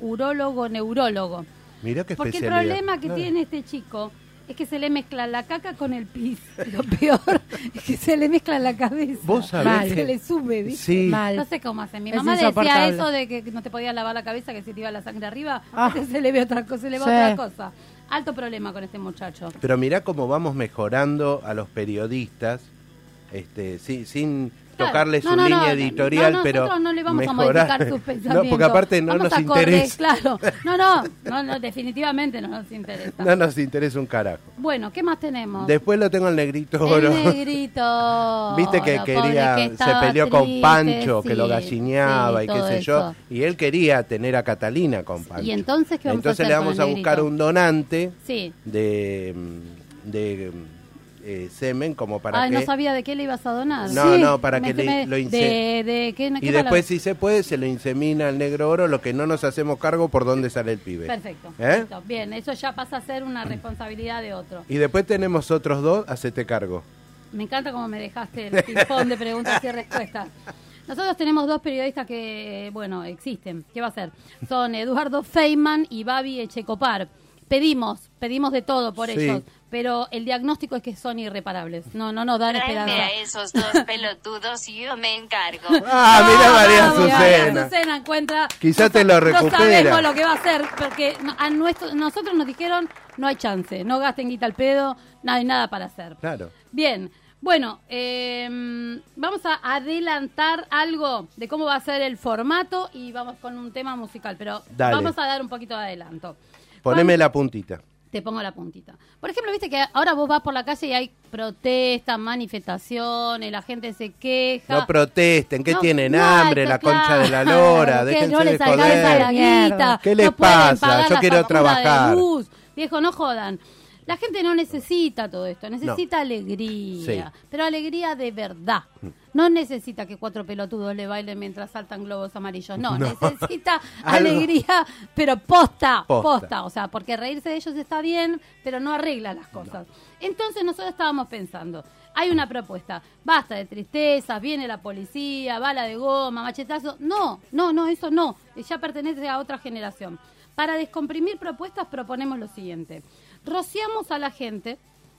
S2: gastrourologo neurólogo.
S3: Mirá qué
S2: Porque el
S3: especialidad.
S2: problema que
S3: Claro.
S2: tiene este chico es que se le mezcla la caca con el pis. Lo peor es que se le mezcla la cabeza.
S3: Vos sabés
S5: Mal.
S3: que-
S2: Se le sube, ¿viste?
S3: Sí.
S5: Mal.
S2: No sé cómo hace. Mi
S5: Es
S2: mamá decía
S5: insoportable.
S2: eso de que no te podías lavar la cabeza, que se te iba la sangre arriba.
S5: Ah.
S2: Entonces se le ve otra cosa, se le va
S5: Sí.
S2: otra cosa. Alto problema con este muchacho.
S3: Pero mirá cómo vamos mejorando a los periodistas, este, sin, sin
S2: Claro.
S3: tocarles
S2: No,
S3: su
S2: no,
S3: línea
S2: no,
S3: editorial,
S2: no,
S3: pero
S2: nosotros no le vamos
S3: mejorar-
S2: a modificar sus pensamientos.
S3: No, porque aparte no
S2: Vamos
S3: nos
S2: a correr,
S3: interesa.
S2: Claro, no, no, no, no, definitivamente no nos interesa.
S3: No nos interesa un carajo.
S2: Bueno, ¿qué más tenemos?
S3: Después lo tengo el negrito oro.
S2: El negrito.
S3: Viste que
S2: pobre,
S3: quería,
S2: que
S3: se
S2: estaba
S3: peleó con
S2: triste,
S3: Pancho, que lo
S2: sí,
S3: gallineaba
S2: sí,
S3: y qué
S2: todo
S3: sé
S2: eso.
S3: yo. Y él quería tener a Catalina con Pancho.
S2: ¿Y entonces qué vamos
S3: Entonces
S2: a hacer
S3: le
S2: con
S3: vamos
S2: el
S3: a buscar
S2: negrito?
S3: un donante
S2: Sí.
S3: de, mm, de mm, eh, semen como para
S2: Ay,
S3: que...
S2: no sabía de qué le ibas a donar.
S3: No,
S2: Sí.
S3: no, para
S2: Me-
S3: que le-
S2: me-
S3: lo ince-
S2: de, de, ¿qué,
S3: Y después,
S2: qué palabra?
S3: si se puede, se lo insemina al negro oro, lo que no nos hacemos cargo por dónde sale el pibe.
S2: Perfecto,
S3: ¿Eh?
S2: perfecto. Bien, eso ya pasa a ser una responsabilidad de otro.
S3: Y después tenemos otros dos, hacete cargo.
S2: Me encanta cómo me dejaste el ping-pong de preguntas y respuestas. Nosotros tenemos dos periodistas que, eh, bueno, existen. ¿Qué va a ser? Son Eduardo Feynman y Babi Echecopar. Pedimos, pedimos de todo por
S3: Sí.
S2: ellos. pero el diagnóstico es que son irreparables. No, no, no, dan
S4: Tráeme
S2: esperanza.
S4: a esos dos pelotudos y yo me encargo.
S3: Ah, mira María Azucena.
S2: Azucena encuentra.
S3: Quizá te lo
S2: No sabemos
S3: recupera.
S2: lo que va a hacer, porque no- a nuestro- nosotros nos dijeron no hay chance, no gasten guita al pedo, no hay nada para hacer.
S3: Claro.
S2: Bien, bueno, eh, vamos a adelantar algo de cómo va a ser el formato y vamos con un tema musical, pero
S3: Dale.
S2: vamos a dar un poquito de adelanto.
S3: Poneme la puntita.
S2: Te pongo la puntita. Por ejemplo, viste que ahora vos vas por la calle y hay protestas, manifestaciones, la gente se queja.
S3: No protesten, ¿qué
S2: No,
S3: tienen
S2: no,
S3: hambre? La
S2: está
S3: concha de la
S2: claro,
S3: lora,
S2: que
S3: déjense
S2: no les
S3: de
S2: alcanza la
S3: joder.
S2: guita,
S3: ¿Qué les
S2: no pueden
S3: pasa?
S2: pagar
S3: Yo
S2: la
S3: quiero
S2: factura de
S3: trabajar.
S2: luz. Viejo, no jodan. La gente no necesita todo esto, necesita alegría,
S12: Sí.
S2: pero alegría de verdad.
S3: Mm.
S2: No necesita que cuatro pelotudos le bailen mientras saltan globos amarillos, no,
S12: No.
S2: necesita
S12: Algo-
S2: alegría, pero posta,
S12: Posta.
S2: posta, Ah, o sea, porque reírse de ellos está bien, pero no arregla las cosas. Entonces nosotros estábamos pensando, hay una propuesta, basta de tristezas, viene la policía, bala de goma, machetazo, no, no, no, eso no, ya pertenece a otra generación. Para descomprimir propuestas proponemos lo siguiente, rociamos a la gente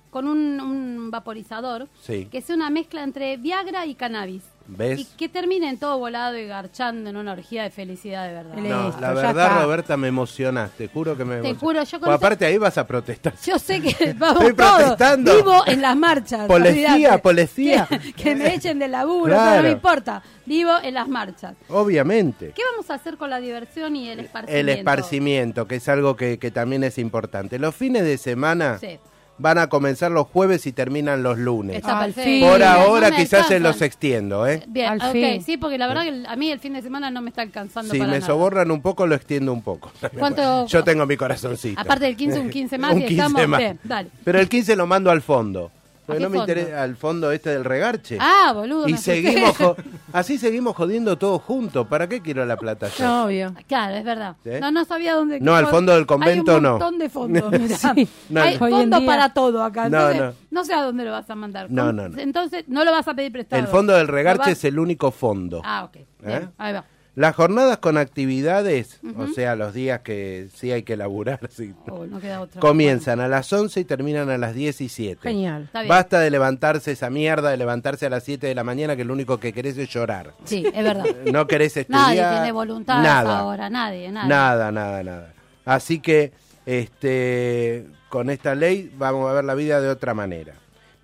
S2: con un, un vaporizador
S3: Sí.
S2: que sea una mezcla entre Viagra y cannabis.
S3: ¿Ves?
S2: Y que terminen todo volado y garchando en una orgía de felicidad de verdad.
S3: No, la
S2: ya
S3: verdad,
S2: está.
S3: Roberta, me emocionaste. Juro que me
S2: Te
S3: emocionaste.
S2: juro, yo con
S3: Pues
S2: esa-
S3: aparte ahí vas a protestar.
S2: Yo sé que vamos
S3: Estoy
S2: todos.
S3: protestando.
S2: Vivo en las marchas.
S3: Policía,
S2: olvidate.
S3: policía.
S2: Que, que me echen de laburo,
S3: Claro.
S2: no me importa. Vivo en las marchas.
S3: Obviamente.
S2: ¿Qué vamos a hacer con la diversión y el esparcimiento?
S3: El esparcimiento, que es algo que, que también es importante. Los fines de semana
S2: Sí.
S3: van a comenzar los jueves y terminan los lunes.
S2: Está Al perfecto. fin.
S3: Por
S2: No
S3: ahora
S2: me
S3: quizás se
S2: alcanzan.
S3: los extiendo, ¿eh?
S2: Bien,
S12: Al
S2: ok,
S12: fin.
S2: sí, porque la verdad que el- a mí el fin de semana no me está alcanzando
S3: Si
S2: para
S3: me
S2: nada.
S3: soborran un poco, lo extiendo un poco.
S2: ¿Cuánto-
S3: Yo tengo mi corazoncito.
S2: Aparte del 15, un 15 más
S3: Un
S2: y estamos
S3: 15 más.
S2: bien, dale.
S3: Pero el 15 lo mando al fondo. Porque
S2: qué
S3: no me
S2: fondo?
S3: interesa al fondo este del regarche.
S2: Ah, boludo.
S3: y
S2: me asusté.
S3: seguimos jo- así seguimos jodiendo todos juntos. ¿Para qué quiero la plata yo?
S2: Obvio. Claro, es verdad.
S3: ¿Eh?
S2: No, no sabía dónde.
S3: No, al fondo del convento
S2: Hay un
S3: no.
S2: montón de fondos. mirá.
S3: Sí. No,
S2: Hay
S3: no. Hoy en
S2: fondos
S3: día-
S2: para todo acá.
S3: No,
S2: Entonces, no, sé a dónde lo vas a mandar.
S3: No,
S2: ¿Cómo?
S3: no, no.
S2: Entonces, no lo vas a pedir prestado.
S3: El fondo del
S2: Lo
S3: regarche
S2: vas-
S3: es el único fondo.
S2: Ah, ok. Bien,
S3: ¿Eh?
S2: Ahí va.
S3: Las jornadas con actividades, o
S2: Ujú.
S3: sea, los días que sí hay que laburar, sí.
S2: Oh, no queda otra.
S3: comienzan a las 11 y terminan a las 17.
S2: Genial. Está bien.
S3: Basta de levantarse esa mierda, de levantarse a las 7 de la mañana, que lo único que querés es llorar.
S2: Sí, es verdad.
S3: No querés estudiar.
S2: nadie tiene voluntad
S3: nada,
S2: ahora, nadie, nadie.
S3: Nada, nada, nada. Así que este, con esta ley vamos a ver la vida de otra manera.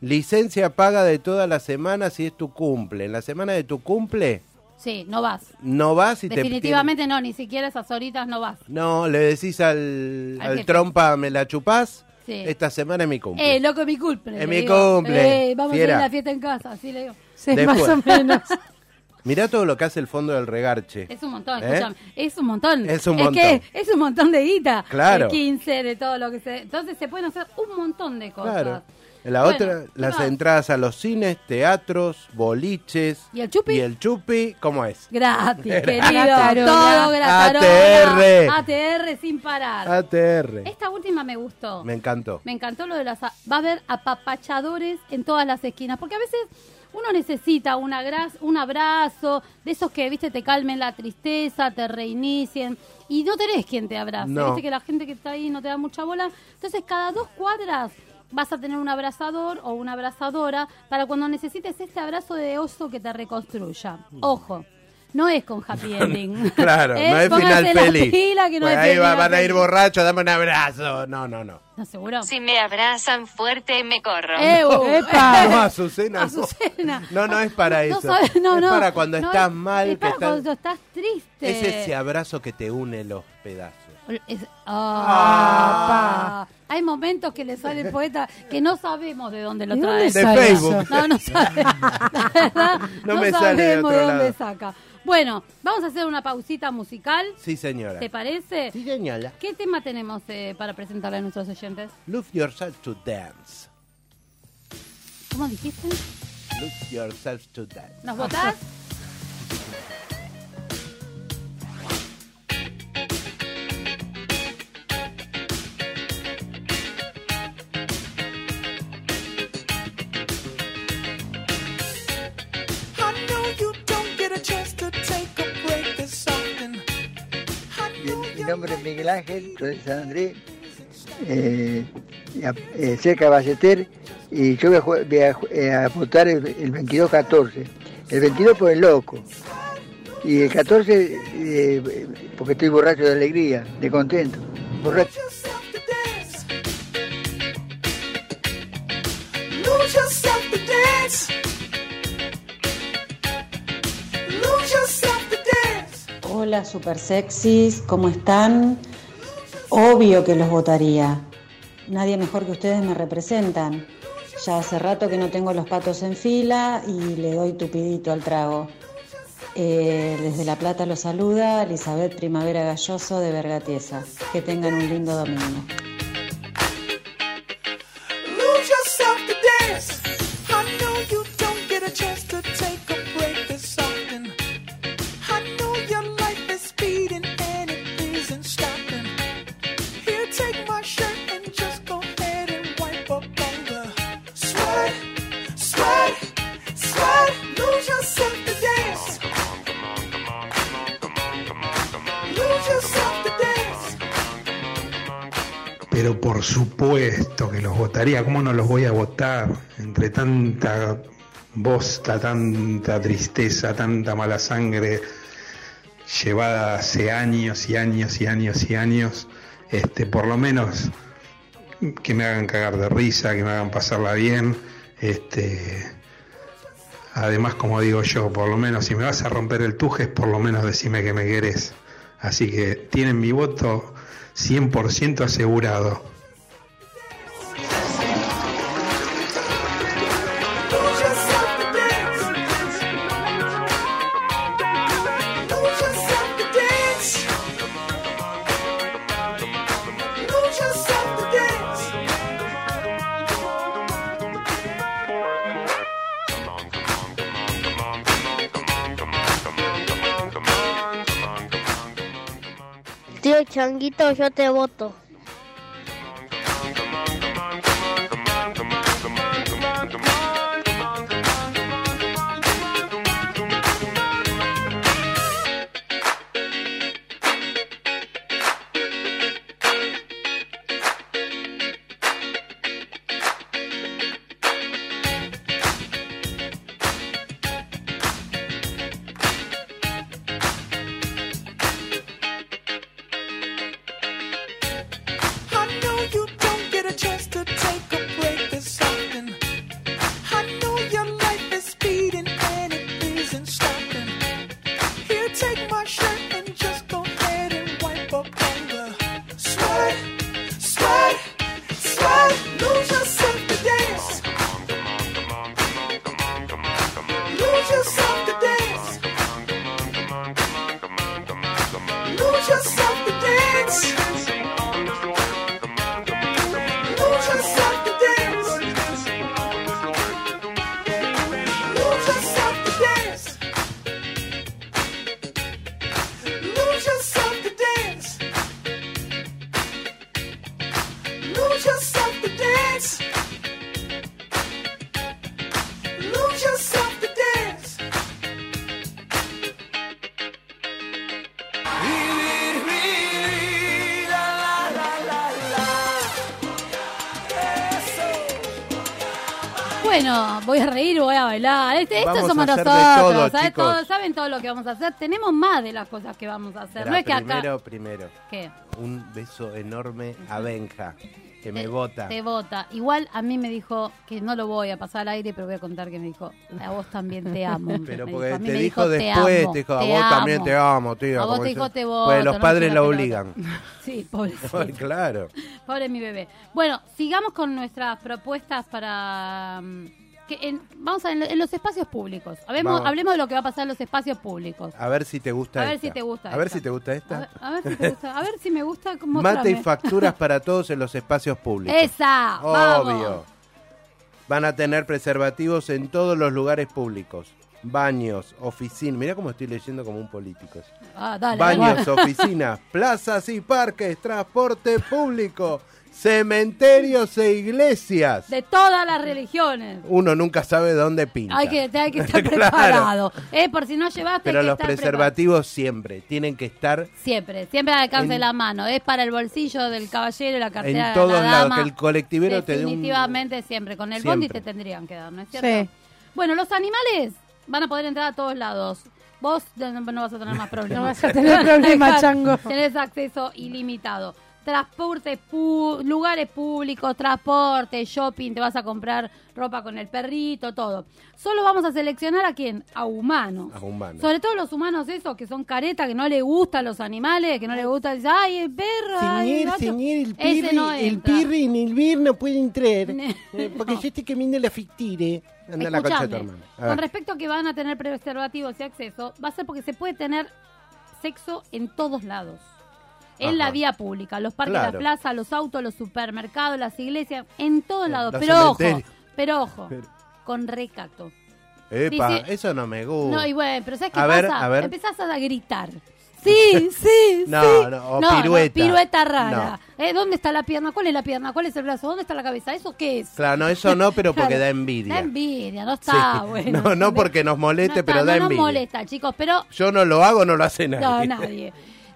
S3: Licencia paga de todas las semanas si es tu cumple. En la semana de tu cumple
S2: Sí, no vas.
S3: no vas y te...
S2: Definitivamente no, ni siquiera esas horitas no vas.
S3: No, le decís al,
S2: Al
S3: al
S2: jefe.
S3: trompa, me la chupás,
S2: Sí.
S3: esta semana es mi cumple.
S2: Eh, loco, es mi cumple.
S3: Es
S2: le
S3: mi
S2: digo.
S3: cumple,
S2: Eh, vamos
S3: fiera.
S2: a hacer la fiesta en casa, así le digo.
S3: Después. más o
S2: menos.
S3: Mirá todo lo que hace el fondo del regarche.
S2: Es un montón,
S3: ¿Eh?
S2: escúchame. Es un montón.
S3: Es un
S2: Es
S3: montón.
S2: que es un montón de guita.
S3: Claro.
S2: De 15, de todo lo que se. Entonces se pueden hacer un montón de cosas.
S3: Claro. La
S2: Bueno,
S3: otra,
S2: ¿qué
S3: las
S2: más?
S3: entradas a los cines, teatros, boliches.
S2: ¿Y el chupi?
S3: ¿Y el chupi? ¿Cómo es?
S2: Gratis,
S3: Gratis.
S2: querido.
S3: Gratarola.
S2: Todo
S3: ATR.
S2: gratarola. ATR sin parar.
S3: ATR.
S2: Esta última me gustó.
S3: Me encantó.
S2: Me encantó lo de las... a- Va a haber apapachadores en todas las esquinas, porque a veces uno necesita una gra- un abrazo, de esos que, viste, te calmen la tristeza, te reinicien, y no tenés quien te abrace.
S12: No.
S2: Viste que la gente que está ahí no te da mucha bola. Entonces, cada dos cuadras vas a tener un abrazador o una abrazadora para cuando necesites este abrazo de oso que te reconstruya. Ojo. No es con happy ending.
S3: Mm. Claro,
S2: ¿Eh?
S3: no es
S2: Pónganse
S3: final
S2: las
S3: feliz.
S2: pilas que no
S3: Pues
S2: es
S3: ahí va-
S2: final
S3: van a ir
S2: feliz.
S3: borrachos, dame un abrazo. No, no, no.
S2: ¿Estás seguro? Eh,
S4: Si me abrazan fuerte, me corro.
S2: Evo.
S3: Ah, no,
S2: ¡Epa!
S3: Azucena, no.
S2: Azucena.
S3: No, no es para
S2: No
S3: eso.
S2: sabes- no,
S3: es
S2: no.
S3: para cuando
S2: No,
S3: estás
S2: es-
S3: mal.
S2: es
S3: que
S2: para
S3: estás-
S2: cuando estás triste.
S3: Es ese abrazo que te une los pedazos.
S2: Es- Ah, Hay momentos que le sale el poeta que no sabemos de dónde lo
S3: ¿De
S2: trae.
S3: dónde De sale Facebook. eso?
S2: No, no sabe. La verdad,
S3: No
S2: no,
S3: me
S2: sabemos
S3: sale de otro
S2: de dónde
S3: lado.
S2: saca. Bueno, vamos a hacer una pausita musical.
S3: Sí, señora.
S2: ¿Te parece?
S3: Sí, señora.
S2: ¿Qué tema tenemos eh, para presentarle a nuestros oyentes?
S3: Love yourself to dance.
S2: ¿Cómo dijiste?
S3: Love yourself to dance.
S2: ¿Nos votás?
S12: I know you don't get a chance to take a break this often.
S13: Bien, mi nombre es Miguel Ángel, soy de San Andrés. Eh,
S14: a- eh, cerca de Baceter, y yo voy a, ju- voy a ju- eh, a votar el, el 22-14. El 22 por el loco. Y el 14 eh, porque estoy borracho de alegría, de contento. Borracho.
S8: Lose yourself to dance. Lose yourself to dance.
S9: Hola, super sexys, ¿cómo están? Obvio que los votaría. Nadie mejor que ustedes me representan. Ya hace rato que no tengo los patos en fila y le doy tupidito al trago. Eh, desde La Plata los saluda Elizabeth Primavera Galloso de Vergatiesa. Que tengan un lindo domingo.
S8: Lose yourself to dance. I know you don't get a chance to take a break this often. I know your life is speeding and it isn't stopping. Here, take my shirt and just go ahead and wipe up on the sweat, sweat, sweat. Lose yourself to dance. Lose yourself to dance.
S10: Pero por supuesto que los votaría, ¿cómo no los voy a votar? Entre tanta bosta, tanta tristeza, tanta mala sangre llevada hace años y años y años y años, este, por lo menos que me hagan cagar de risa, que me hagan pasarla bien, este, además como digo yo, por lo menos si me vas a romper el tujes, por lo menos decime que me querés. Así que tienen mi voto 100% asegurado.
S15: Tío Changuito, yo te voto.
S8: I know you don't get a chance to take a break this often. I know your life is speeding and it isn't stopping. Here, take my shirt and just go ahead and wipe up on the sweat, sweat, sweat. Lose yourself to dance. Lose yourself to dance. Lose yourself to dance.
S2: Bueno, voy a reír, voy a bailar. Este- Estos
S3: Vamos
S2: somos
S3: a hacer de
S2: nosotros.
S3: todo,
S2: ¿sabes?
S3: chicos.
S2: Todo- ¿Saben todo lo que vamos a hacer? Tenemos más de las cosas que vamos a hacer.
S3: Esperá,
S2: no es que
S3: primero,
S2: acá.
S3: primero.
S2: ¿Qué?
S3: Un beso enorme a Benja, que me vota.
S2: Eh, Te vota. Igual a mí me dijo que no lo voy a pasar al aire, pero voy a contar que me dijo, a vos también te amo.
S3: Pero
S2: Me
S3: porque
S2: a mí
S3: te
S2: me
S3: dijo después, te dijo, a vos también te amo, tío.
S2: A vos
S3: como
S2: te
S3: dice-
S2: dijo, te voto.
S3: Pues los
S2: no
S3: padres
S2: me
S3: la
S2: tira
S3: obligan.
S2: pelota. Sí, pobrecito.
S3: Ay, claro.
S2: Pobre mi bebé. Bueno, sigamos con nuestras propuestas para... mm, Que en- vamos a en, en los espacios públicos. Hablemos,
S3: Vamos.
S2: hablemos de lo que va a pasar en los espacios públicos.
S3: A ver si te gusta
S2: A ver
S3: esta.
S2: si te gusta
S3: A ver
S2: esta.
S3: si te gusta
S2: A
S3: esta.
S2: ver, a ver si te gusta. A ver si me gusta.
S3: Mate y
S2: mostrame.
S3: facturas para todos en los espacios públicos.
S2: Esa,
S3: Obvio.
S2: vamos.
S3: Van a tener preservativos en todos los lugares públicos. Baños, oficinas. Mirá cómo estoy leyendo como un político.
S2: Ah, dale,
S3: Baños,
S2: dale.
S3: oficinas, plazas y parques, transporte público. cementerios e iglesias.
S2: De todas las religiones.
S3: Uno nunca sabe dónde pinta.
S2: Hay que, hay que estar
S3: Claro.
S2: preparado. Eh, por si no llevaste,
S3: Pero
S2: hay que
S3: los
S2: estar
S3: preservativos siempre tienen que estar
S2: preparado. Siempre, siempre al alcance
S3: En-
S2: de la mano. Es para el bolsillo del caballero y la cartera
S3: en todos
S2: de la
S3: lados.
S2: dama.
S3: Que el colectivero te dé un...
S2: Definitivamente siempre. Con el bondi te
S3: Siempre.
S2: tendrían que dar, ¿no es cierto? Bueno, los animales van a poder entrar a todos lados. Vos eh, no no vas a tener más problemas.
S7: No vas a tener problemas,
S2: Dejar-
S7: chango.
S2: Tenés acceso ilimitado. Transporte, pu- lugares públicos, transporte, shopping, te vas a comprar ropa con el perrito, todo. Solo vamos a seleccionar a quién, a humanos.
S3: A humanos.
S2: Sobre todo los humanos esos que son caretas, que no le gustan los animales, que no le gusta, dice, ay, el perro, ay, el
S3: Señor,
S2: gato".
S3: señor, el
S2: Ese
S3: pirri,
S2: no
S3: el
S2: entra.
S3: pirri ni el bir no pueden entrar. eh, Porque yo estoy caminando la fictire. Anda la concha de tu
S2: Escuchame,
S3: hermana. A
S2: Con
S3: ver.
S2: respecto a que van a tener preservativos y acceso, va a ser porque se puede tener sexo en todos lados. En
S3: Ajá.
S2: la vía pública, los parques,
S3: Claro.
S2: la plaza, los autos, los supermercados, las iglesias, en todos lados.
S3: los
S2: Pero ojo,
S3: cementerios.
S2: pero ojo,
S3: Pero-
S2: con recato.
S3: Epa,
S2: dice-
S3: eso no me gusta.
S2: No, y bueno, pero ¿sabes qué
S3: Oh. A ver,
S2: pasa?
S3: a ver.
S2: Empezás a gritar. Sí, sí,
S3: No,
S2: sí.
S3: no, o pirueta.
S2: pirueta rara. Eh, ¿Dónde está la pierna? ¿Cuál es la pierna? ¿Cuál es el brazo? ¿Dónde está la cabeza? ¿Eso qué es?
S3: Claro, no, eso no, pero porque
S2: Claro.
S3: da envidia.
S2: Da envidia, no está
S3: Sí.
S2: bueno.
S3: No, no porque nos
S2: No
S3: moleste,
S2: está,
S3: pero da
S2: no nos
S3: envidia.
S2: molesta, chicos, pero
S3: Yo no lo hago, no lo hace nadie.
S2: no, nadie.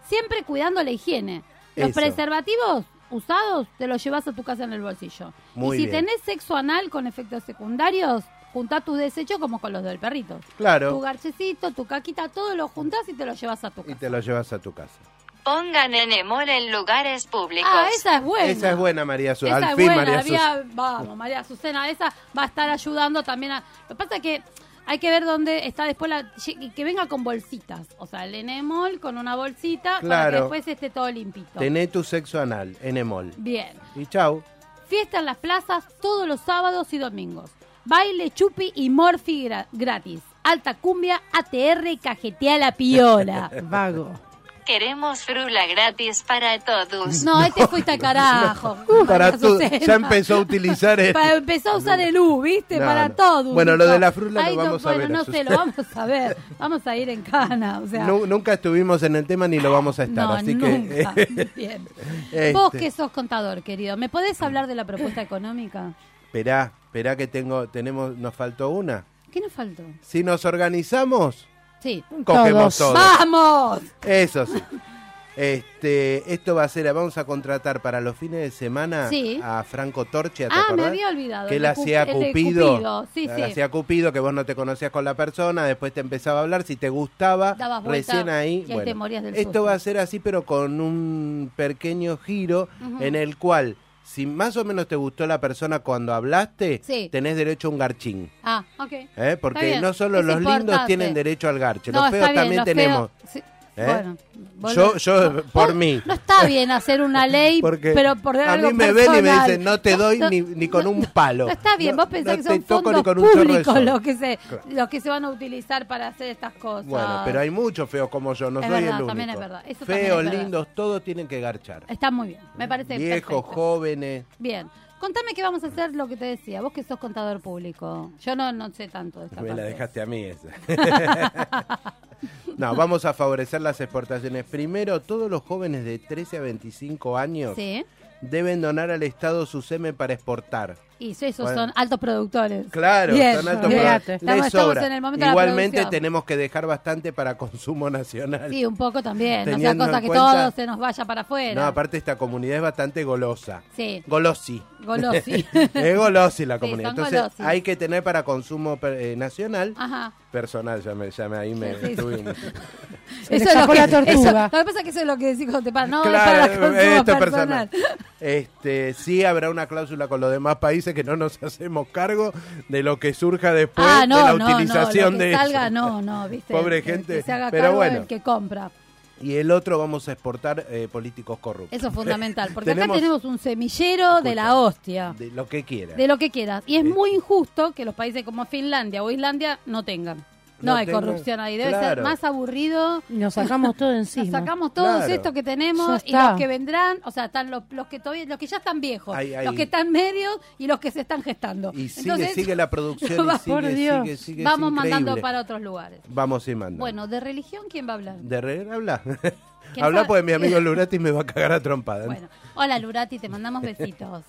S2: Siempre cuidando la higiene. Los
S3: Eso.
S2: preservativos usados te los llevas a tu casa en el bolsillo.
S3: Muy
S2: y si
S3: bien.
S2: tenés sexo anal con efectos secundarios, juntá tus desechos como con los del perrito.
S3: Claro.
S2: Tu garchecito, tu caquita, todo lo juntás y te lo llevas a tu
S3: Y
S2: casa.
S3: te lo llevas a tu casa.
S4: Pongan enemol en lugares públicos.
S2: Ah, esa es buena.
S3: Esa es buena, María Su.
S2: Esa
S3: Al
S2: es
S3: fin,
S2: buena,
S3: María Su.
S2: había- vamos, María Azucena, esa va a estar ayudando también a... Lo que pasa es que hay que ver dónde está después la... y Que venga con bolsitas, o sea, el enemol con una bolsita para que
S3: Claro.
S2: después esté todo limpito.
S3: Tené tu sexo anal, en emol.
S2: Bien.
S3: Y chau.
S2: Fiesta en las plazas todos los sábados y domingos. Baile, chupi y morfi gra- gratis. Alta cumbia, ATR, cajetea la piola. Vago.
S4: Queremos frula gratis para todos.
S2: No, este fuiste al carajo.
S3: Para
S2: María
S3: tú,
S2: Azucena.
S3: ya empezó a utilizar eh, el...
S2: Para, empezó a usar el U, ¿viste?
S3: No,
S2: Para
S3: no.
S2: todo.
S3: Bueno, lo de la frula lo
S2: Ay,
S3: vamos a
S2: bueno,
S3: ver,
S2: no sé,
S3: Azucena.
S2: lo vamos a ver. Vamos a ir en cana, o sea.
S3: Nu- nunca estuvimos en el tema ni lo vamos a estar,
S2: No,
S3: así
S2: nunca.
S3: que...
S2: Bien.
S3: Este,
S2: Vos que sos contador, querido, ¿me podés hablar de la propuesta económica?
S3: Esperá, esperá que tengo, tenemos, nos faltó una.
S2: ¿Qué nos faltó?
S3: Si nos organizamos,
S2: Sí.
S3: Cogemos todos.
S2: ¡Vamos!
S3: eso sí. Este, esto va a ser, vamos a contratar para los fines de semana
S2: Sí.
S3: a Franco Torchia, ¿te
S2: Ah, me
S3: acordás?
S2: había olvidado.
S3: Que
S2: el
S3: la
S2: de Cu-
S3: hacía
S2: el de
S3: Cupido.
S2: Sí,
S3: la
S2: sí.
S3: hacía Cupido, que vos no te conocías con la persona, después te empezaba a hablar, si te gustaba,
S2: Dabas vuelta
S3: recién ahí.
S2: y ahí te
S3: bueno,
S2: morías del
S3: esto
S2: susto.
S3: va a ser así, pero con un pequeño giro
S2: Ujú.
S3: en el cual, si más o menos te gustó la persona cuando hablaste,
S2: Sí.
S3: tenés derecho a un garchín.
S2: Ah, ok.
S3: ¿eh?
S2: Está
S3: Porque
S2: bien,
S3: no solo
S2: es
S3: los lindos
S2: importante.
S3: tienen derecho al garche,
S2: No,
S3: los
S2: está
S3: feos
S2: bien,
S3: también
S2: los feos-
S3: tenemos.
S2: sí,
S3: ¿eh?
S2: bueno, vos
S3: yo,
S2: lo-
S3: yo, por mí.
S2: No está bien hacer una ley,
S3: Porque
S2: pero por
S3: a
S2: algo
S3: mí me ven y me
S2: personal.
S3: dicen, no te doy
S2: no,
S3: ni, ni con un palo.
S2: No está bien, vos pensás
S3: no
S2: que
S3: te
S2: son
S3: toco ni
S2: fondos
S3: con un chorro de
S2: públicos
S3: sol.
S2: los que, se,
S3: Claro.
S2: los que se van a utilizar para hacer estas cosas.
S3: Bueno, pero hay muchos feos como yo, no
S2: Es
S3: soy
S2: verdad,
S3: el único.
S2: también es verdad, eso también
S3: feos,
S2: es verdad.
S3: lindos, todos tienen que garchar.
S2: Está muy bien, me parece
S3: Viejos,
S2: perfecto.
S3: jóvenes.
S2: Bien, contame qué vamos a hacer, lo que te decía, vos que sos contador público. Yo no, no sé tanto de esta
S3: Me la
S2: parte.
S3: dejaste a mí esa. no, vamos a favorecer las exportaciones. Primero, todos los jóvenes de 13 a 25 años
S2: Sí,
S3: deben donar al Estado su semen para exportar.
S2: y sí, esos
S3: Bueno.
S2: son altos productores.
S3: Claro,
S2: Bien,
S3: son altos
S2: bien.
S3: productos. Les
S2: Estamos, estamos
S3: sobra.
S2: en el momento de
S3: Igualmente
S2: la producción.
S3: tenemos que dejar bastante para consumo nacional.
S2: Sí, un poco también, o sea,
S3: Teniendo
S2: cosa
S3: en
S2: que
S3: cuenta-
S2: todo se nos vaya para afuera.
S3: No, aparte esta comunidad es bastante golosa.
S2: Sí.
S3: Golosi.
S2: Golosi.
S3: es golosi la
S2: Sí,
S3: comunidad.
S2: son
S3: Entonces
S2: golosis.
S3: hay que tener para consumo per- eh, nacional.
S2: Ajá.
S3: Personal, ya me, ya me- ahí me
S2: Sí, sí,
S3: estuve
S2: sí.
S3: un-
S7: le escapó la tortuga.
S2: eso- lo que pasa es que eso es lo que decís cuando te paran. No,
S3: Claro,
S2: es para consumo
S3: esto es
S2: personal.
S3: personal. Este, sí habrá una cláusula con los demás países que no nos hacemos cargo de lo que surja después
S2: Ah, no,
S3: de la
S2: no,
S3: utilización
S2: no, lo que
S3: de
S2: salga,
S3: eso.
S2: no, no, viste.
S3: Pobre
S2: El que
S3: gente,
S2: se haga
S3: pero
S2: cargo
S3: bueno.
S2: el que compra.
S3: Y el otro vamos a exportar eh, políticos corruptos.
S2: Eso es fundamental, porque acá
S3: Tenemos-
S2: tenemos un semillero de la hostia,
S3: de lo que quiera.
S2: de lo que quieras. Y es muy injusto que los países como Finlandia o Islandia no tengan. No,
S3: No
S2: hay
S3: tengo-
S2: corrupción ahí. Debe ser
S3: claro.
S2: más aburrido.
S7: Nos sacamos todo encima.
S2: Nos sacamos todos
S3: Claro.
S2: estos que
S7: Ya
S2: tenemos y
S7: está.
S2: los que vendrán. O sea, están los, los que todavía, los que ya están viejos,
S3: Ay, ay.
S2: los que están medios y los que se están gestando.
S3: Y sigue, sigue la producción.
S2: va-
S3: y sigue,
S2: por Dios.
S3: sigue, sigue, es
S2: Vamos mandando
S3: increíble.
S2: para otros lugares.
S3: Vamos a ir mandando.
S2: Bueno, de religión, ¿quién va a hablar?
S3: De re, habla.
S2: ¿Quién
S3: habla
S2: sabe?
S3: porque mi amigo Lurati me va a cagar a trompada.
S2: Bueno, Hola Lurati, te mandamos besitos.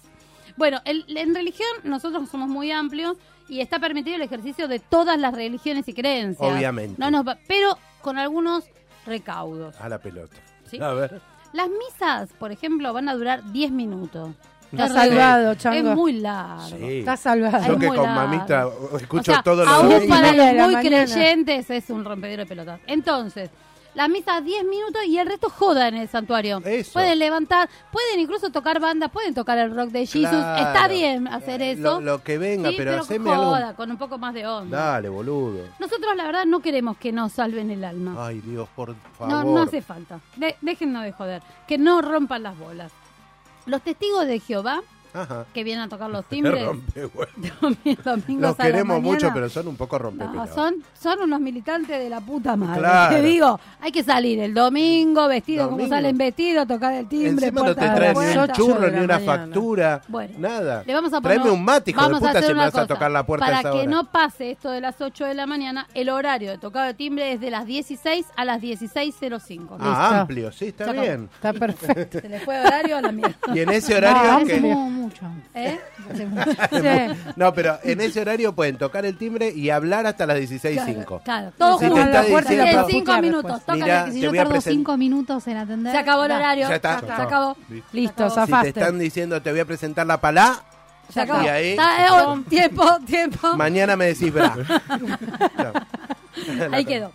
S2: Bueno, el- en religión nosotros somos muy amplios y está permitido el ejercicio de todas las religiones y creencias.
S3: Obviamente.
S2: No nos va- pero con algunos recaudos.
S3: A la pelota.
S2: ¿Sí?
S3: A ver.
S2: Las misas, por ejemplo, van a durar 10 minutos.
S7: Está
S2: Es
S7: salvado,
S2: re-
S7: Chango.
S2: Es muy largo.
S3: Sí.
S7: Está salvado.
S3: Yo que
S2: muy
S3: con
S2: largo.
S3: mamita
S2: O
S3: escucho
S2: sea,
S3: todos los
S2: aún
S3: domingos.
S2: para
S7: Media de la
S2: los muy
S7: mañana.
S2: creyentes es un rompedero de pelotas. Entonces, la misa 10 minutos y el resto joda en el santuario. Pueden levantar, pueden incluso tocar bandas, pueden tocar el rock de Jesus.
S3: Claro. Eh,
S2: Está bien hacer eso.
S3: Lo, lo que venga,
S2: Sí,
S3: pero,
S2: pero
S3: haceme
S2: con
S3: algo.
S2: joda, con un poco más de onda.
S3: Dale, boludo.
S2: Nosotros, la verdad, no queremos que nos salven el alma.
S3: Ay, Dios, por
S2: No,
S3: favor.
S2: no hace falta. De- déjennos de joder. Que no rompan las bolas. Los testigos de Jehová,
S3: Ajá.
S2: que vienen a tocar los timbres,
S3: Rompehuevos.
S2: domingos
S3: Los
S2: a la
S3: queremos
S2: mañana,
S3: mucho, pero son un poco
S2: no,
S3: rompepelotas.
S2: son, son unos militantes de la puta madre.
S3: Claro.
S2: Te digo, hay que salir el domingo vestido como
S3: Domingo.
S2: salen vestidos, tocar el timbre.
S3: Encima no te
S2: puerta a
S3: traen ni
S2: puerta.
S3: un churro, ni una factura,
S2: Bueno,
S3: nada.
S2: Le vamos a poner,
S3: Traeme un mate, hijo de
S2: vamos a
S3: puta,
S2: hacer
S3: si me
S2: una
S3: vas a
S2: cosa.
S3: tocar la puerta
S2: Para
S3: a esa
S2: que
S3: hora.
S2: no pase esto de las 8 de la mañana, el horario de tocado de timbre es de las 16 a las 16.05.
S3: Ah,
S2: Listo.
S3: amplio, sí, está
S2: Ya acabó.
S3: bien.
S7: Está perfecto. Ah,
S2: Se le fue horario a la mierda.
S3: Y en ese horario que-
S2: mucho. ¿Eh?
S3: No, pero en ese horario pueden tocar el timbre y hablar hasta las 16.05.
S2: Claro, todo
S3: Si te
S2: junto.
S3: está diciendo- pues,
S2: en 5 minutos. Toca
S3: Mirá,
S2: la-
S3: te
S2: si yo
S3: voy a
S2: tardo
S3: presentar-
S2: cinco
S16: minutos en atender.
S2: Se acabó el
S16: Va.
S2: horario.
S3: Ya está.
S2: Se acabó.
S7: Listo,
S3: Si te están diciendo, te voy a presentar la palá,
S2: Se acabó.
S3: Y ahí-
S2: Está- eh, oh, tiempo, tiempo.
S3: mañana me decís, bra.
S2: Ahí quedó.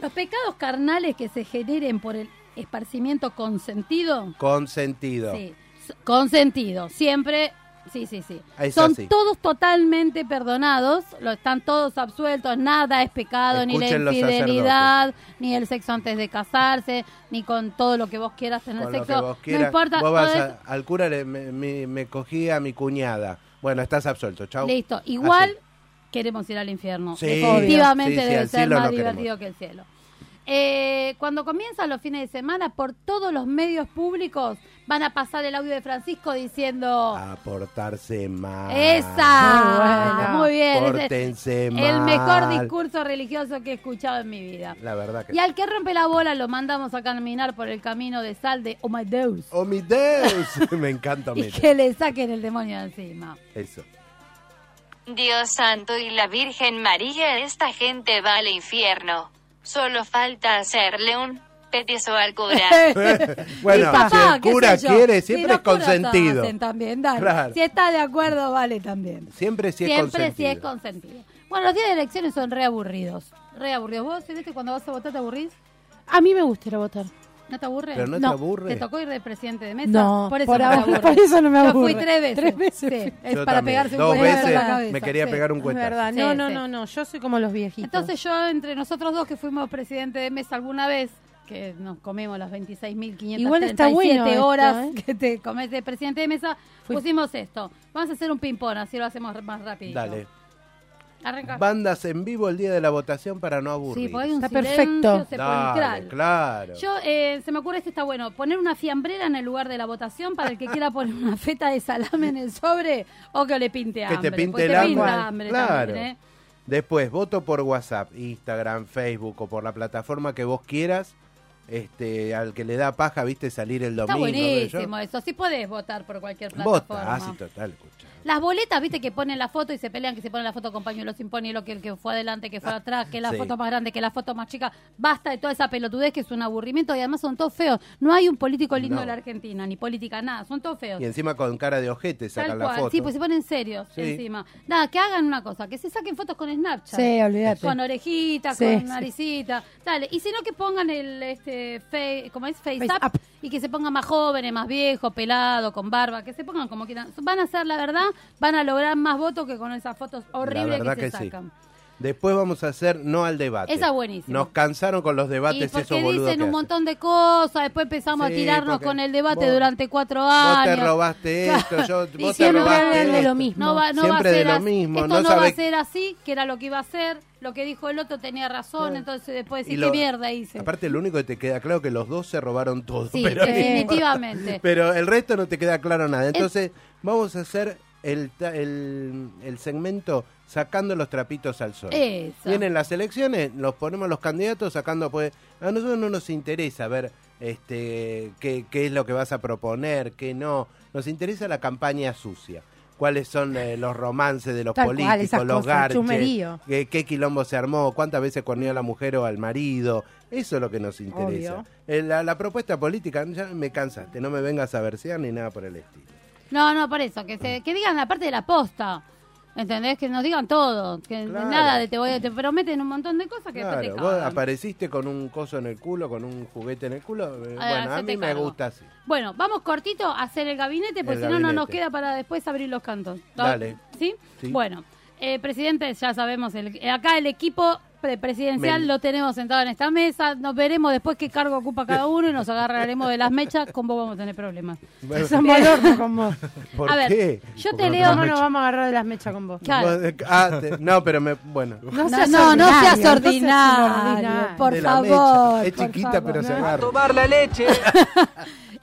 S2: Los pecados carnales que se generen por el esparcimiento consentido.
S3: Consentido.
S2: Sí, s- consentido. Siempre. Sí, sí, sí.
S3: Es
S2: Son
S3: así.
S2: todos totalmente perdonados, lo están todos absueltos, nada es pecado, ni la
S3: Escuchen los
S2: infidelidad, ni el sexo antes de casarse, ni con todo lo que vos quieras tener
S3: Con lo que
S2: sexo.
S3: vos quieras.
S2: No importa,
S3: Vos
S2: todo
S3: vas
S2: eso-
S3: a- al cura le- me, me- me cogí a mi cuñada. Bueno, estás absuelto, chau.
S2: Listo. Igual queremos ir al infierno.
S3: Sí.
S2: Definitivamente
S3: Sí, sí,
S2: debe
S3: al
S2: ser
S3: cielo
S2: más
S3: no queremos.
S2: divertido que el cielo. Eh, cuando comienzan los fines de semana, por todos los medios públicos van a pasar el audio de Francisco diciendo
S3: A portarse mal.
S2: ¡Esa! Muy, bien. ese es
S3: Ah, Pórtense mal.
S2: el mejor discurso religioso que he escuchado en mi vida.
S3: La verdad que
S2: Y al que rompe la bola lo mandamos a caminar por el camino de sal de Oh my Deus
S3: ¡Oh, mi Deus! me encanta
S2: y
S3: Mete.
S2: que le saquen el demonio de encima.
S3: Eso.
S4: Dios santo y la Virgen María, esta gente va al infierno. Solo falta hacerle un petiso al cura.
S3: Bueno,
S2: Y papá,
S3: si el
S2: qué sé
S3: cura
S2: yo,
S3: quiere,
S2: si
S3: siempre
S2: los
S3: es
S2: curas
S3: consentido.
S2: hacen también, dale.
S3: Claro.
S2: Si está de acuerdo, vale también.
S3: Siempre sí es
S2: Siempre si
S3: consentido.
S2: es consentido. Bueno, los días de elecciones son re aburridos. Re aburridos. ¿Vos, Celeste, cuando vas a votar te aburrís?
S7: A mí me gusta ir a votar.
S2: ¿No te aburre?
S7: Pero no te No. aburre.
S2: ¿Te tocó ir de presidente de mesa?
S7: No,
S2: por eso
S7: por
S2: no
S7: ahora-
S2: te aburre.
S7: por eso no me aburre.
S2: Yo fui tres veces.
S7: Tres veces
S2: Sí,
S7: fui.
S2: es
S3: Yo
S2: para
S3: también.
S2: pegarse un
S3: Dos
S2: cuetazo en la
S3: veces
S2: cabeza.
S3: me quería
S2: Sí.
S3: pegar un
S7: Es
S3: cuetazo.
S7: verdad. No, no, no, no. Yo soy como los viejitos.
S2: Entonces yo, entre nosotros dos que fuimos presidente de mesa alguna vez, que nos comemos las 26.537
S7: Igual está bueno esto,
S2: horas
S7: ¿eh?
S2: que te comes de presidente de mesa, pusimos esto. Vamos a hacer un ping-pong, así lo hacemos r- más rápido.
S3: Dale.
S2: Arranca.
S3: Bandas en vivo el día de la votación para no aburrir.
S2: Sí, porque hay un
S7: Está
S2: silencio
S7: perfecto.
S2: sepulcral.
S3: Dale, claro.
S2: Yo, eh, se me ocurre, este está bueno, poner una fiambrera en el lugar de la votación para el que quiera poner una feta de salame en el sobre o que le pinte
S3: Que
S2: hambre.
S3: te pinte
S2: porque
S3: el
S2: te pinta
S3: hambre.
S2: hambre
S3: Claro.
S2: también, ¿eh?
S3: Después, voto por WhatsApp, Instagram, Facebook o por la plataforma que vos quieras. Este, al que le da paja, viste, salir el
S2: Está
S3: domingo. qué sé ¿eh? yo.
S2: buenísimo eso. Sí podés votar por cualquier plataforma.
S3: Vota, ah, así total, escucha.
S2: Las boletas, viste, que ponen la foto y se pelean, que se ponen la foto con pañuelos sin pañuelo, que el que fue adelante, que fue atrás, que la
S3: Ah, Sí.
S2: foto más grande, que la foto más chica. Basta de toda esa pelotudez que es un aburrimiento y además son todos feos. No hay un político lindo
S3: No.
S2: en la Argentina, ni política, nada. Son todos feos.
S3: Y encima con cara de ojete sacan
S2: Tal
S3: la
S2: cual.
S3: foto.
S2: Sí, pues se ponen serios
S3: Sí.
S2: encima. Nada, que hagan una cosa, que se saquen fotos con Snapchat.
S7: Sí, olvídate.
S2: Con orejitas,
S7: Sí, sí.
S2: con naricita. Dale, y si no que pongan el este face, ¿cómo es? Face, up, y que se pongan más jóvenes, más viejos, pelados, con barba, que se pongan como quieran. Van a ser la verdad, van a lograr más votos que con esas fotos horribles
S3: verdad
S2: que
S3: que
S2: se
S3: sí.
S2: sacan.
S3: Después vamos a hacer no al debate.
S2: Esa es buenísima.
S3: Nos cansaron con los
S2: Y
S3: debates esos
S2: porque
S3: boludos.
S2: dicen
S3: que
S2: un
S3: hacen.
S2: montón de cosas, después empezamos
S3: Sí,
S2: a tirarnos
S3: porque
S2: con el debate
S3: vos-
S2: durante cuatro
S3: Vos te
S2: años.
S3: robaste esto, yo,
S2: Y
S3: vos te
S2: siempre
S3: robaste
S2: hablan de
S3: esto.
S2: lo mismo. No va- no va a
S3: siempre de
S2: ser
S3: lo
S2: así.
S3: mismo.
S2: Esto
S3: no
S2: no, va a
S3: sabe-
S2: ser así, que era lo que iba a ser, lo que dijo el otro tenía razón, entonces después
S3: Y
S2: decir
S3: lo-
S2: qué mierda hice.
S3: Aparte, lo único que te queda claro es que los dos se robaron todo.
S2: Sí,
S3: pero,
S2: definitivamente.
S3: pero el resto no te queda claro nada. Entonces, vamos a hacer el, ta- el, el segmento sacando los trapitos al sol.
S2: Eso.
S3: Vienen las elecciones, los ponemos los candidatos sacando, pues a nosotros no nos interesa ver este qué, qué es lo que vas a proponer, qué no. Nos interesa la campaña sucia. ¿Cuáles son eh, los romances de los
S7: Tal cual,
S3: políticos,
S7: esas
S3: los
S7: cosas,
S3: garches,
S7: chumerío.
S3: qué, qué quilombo se armó, cuántas veces corneó a la mujer o al marido? Eso es lo que nos interesa.
S2: Obvio.
S3: Eh, la, la propuesta política, ya me cansaste, no me vengas a versear ni nada por el estilo.
S2: No, no, por eso, que, se- que digan la parte de la posta. ¿Entendés? Que nos digan todo. Que
S3: Claro.
S2: nada de te voy a- te prometen un montón de cosas que
S3: Claro,
S2: después te
S3: vos
S2: cagan.
S3: apareciste con un coso en el culo, con un juguete en el culo. eh,
S2: Ah,
S3: bueno, a
S2: hacete
S3: mí me
S2: cargo.
S3: gusta así.
S2: Bueno, vamos cortito a hacer el gabinete, porque
S3: El
S2: si no, no nos
S3: gabinete.
S2: queda para después abrir los cantos. ¿No?
S3: Dale.
S2: ¿Sí?
S3: Sí.
S2: Bueno, eh, presidente, ya sabemos, el- eh, acá el equipo pre- presidencial
S3: Men.
S2: lo tenemos sentado en esta mesa, nos veremos después qué cargo ocupa cada uno y nos agarraremos de las mechas, con vos vamos a tener problemas.
S3: Bueno.
S7: Somos al horno con vos.
S3: ¿Por
S2: A ver,
S3: qué?
S2: yo
S3: Porque
S2: te
S3: no
S2: leo-
S3: tenés
S7: No nos
S3: mecha.
S7: vamos a agarrar de las mechas con vos.
S3: Vos, eh, ah, te- no, pero me, bueno.
S7: No
S2: No, no, no seas ordinario, por
S3: De la
S2: favor.
S3: mecha. Es
S2: por
S3: chiquita,
S2: favor.
S3: pero se agarra.
S8: la leche.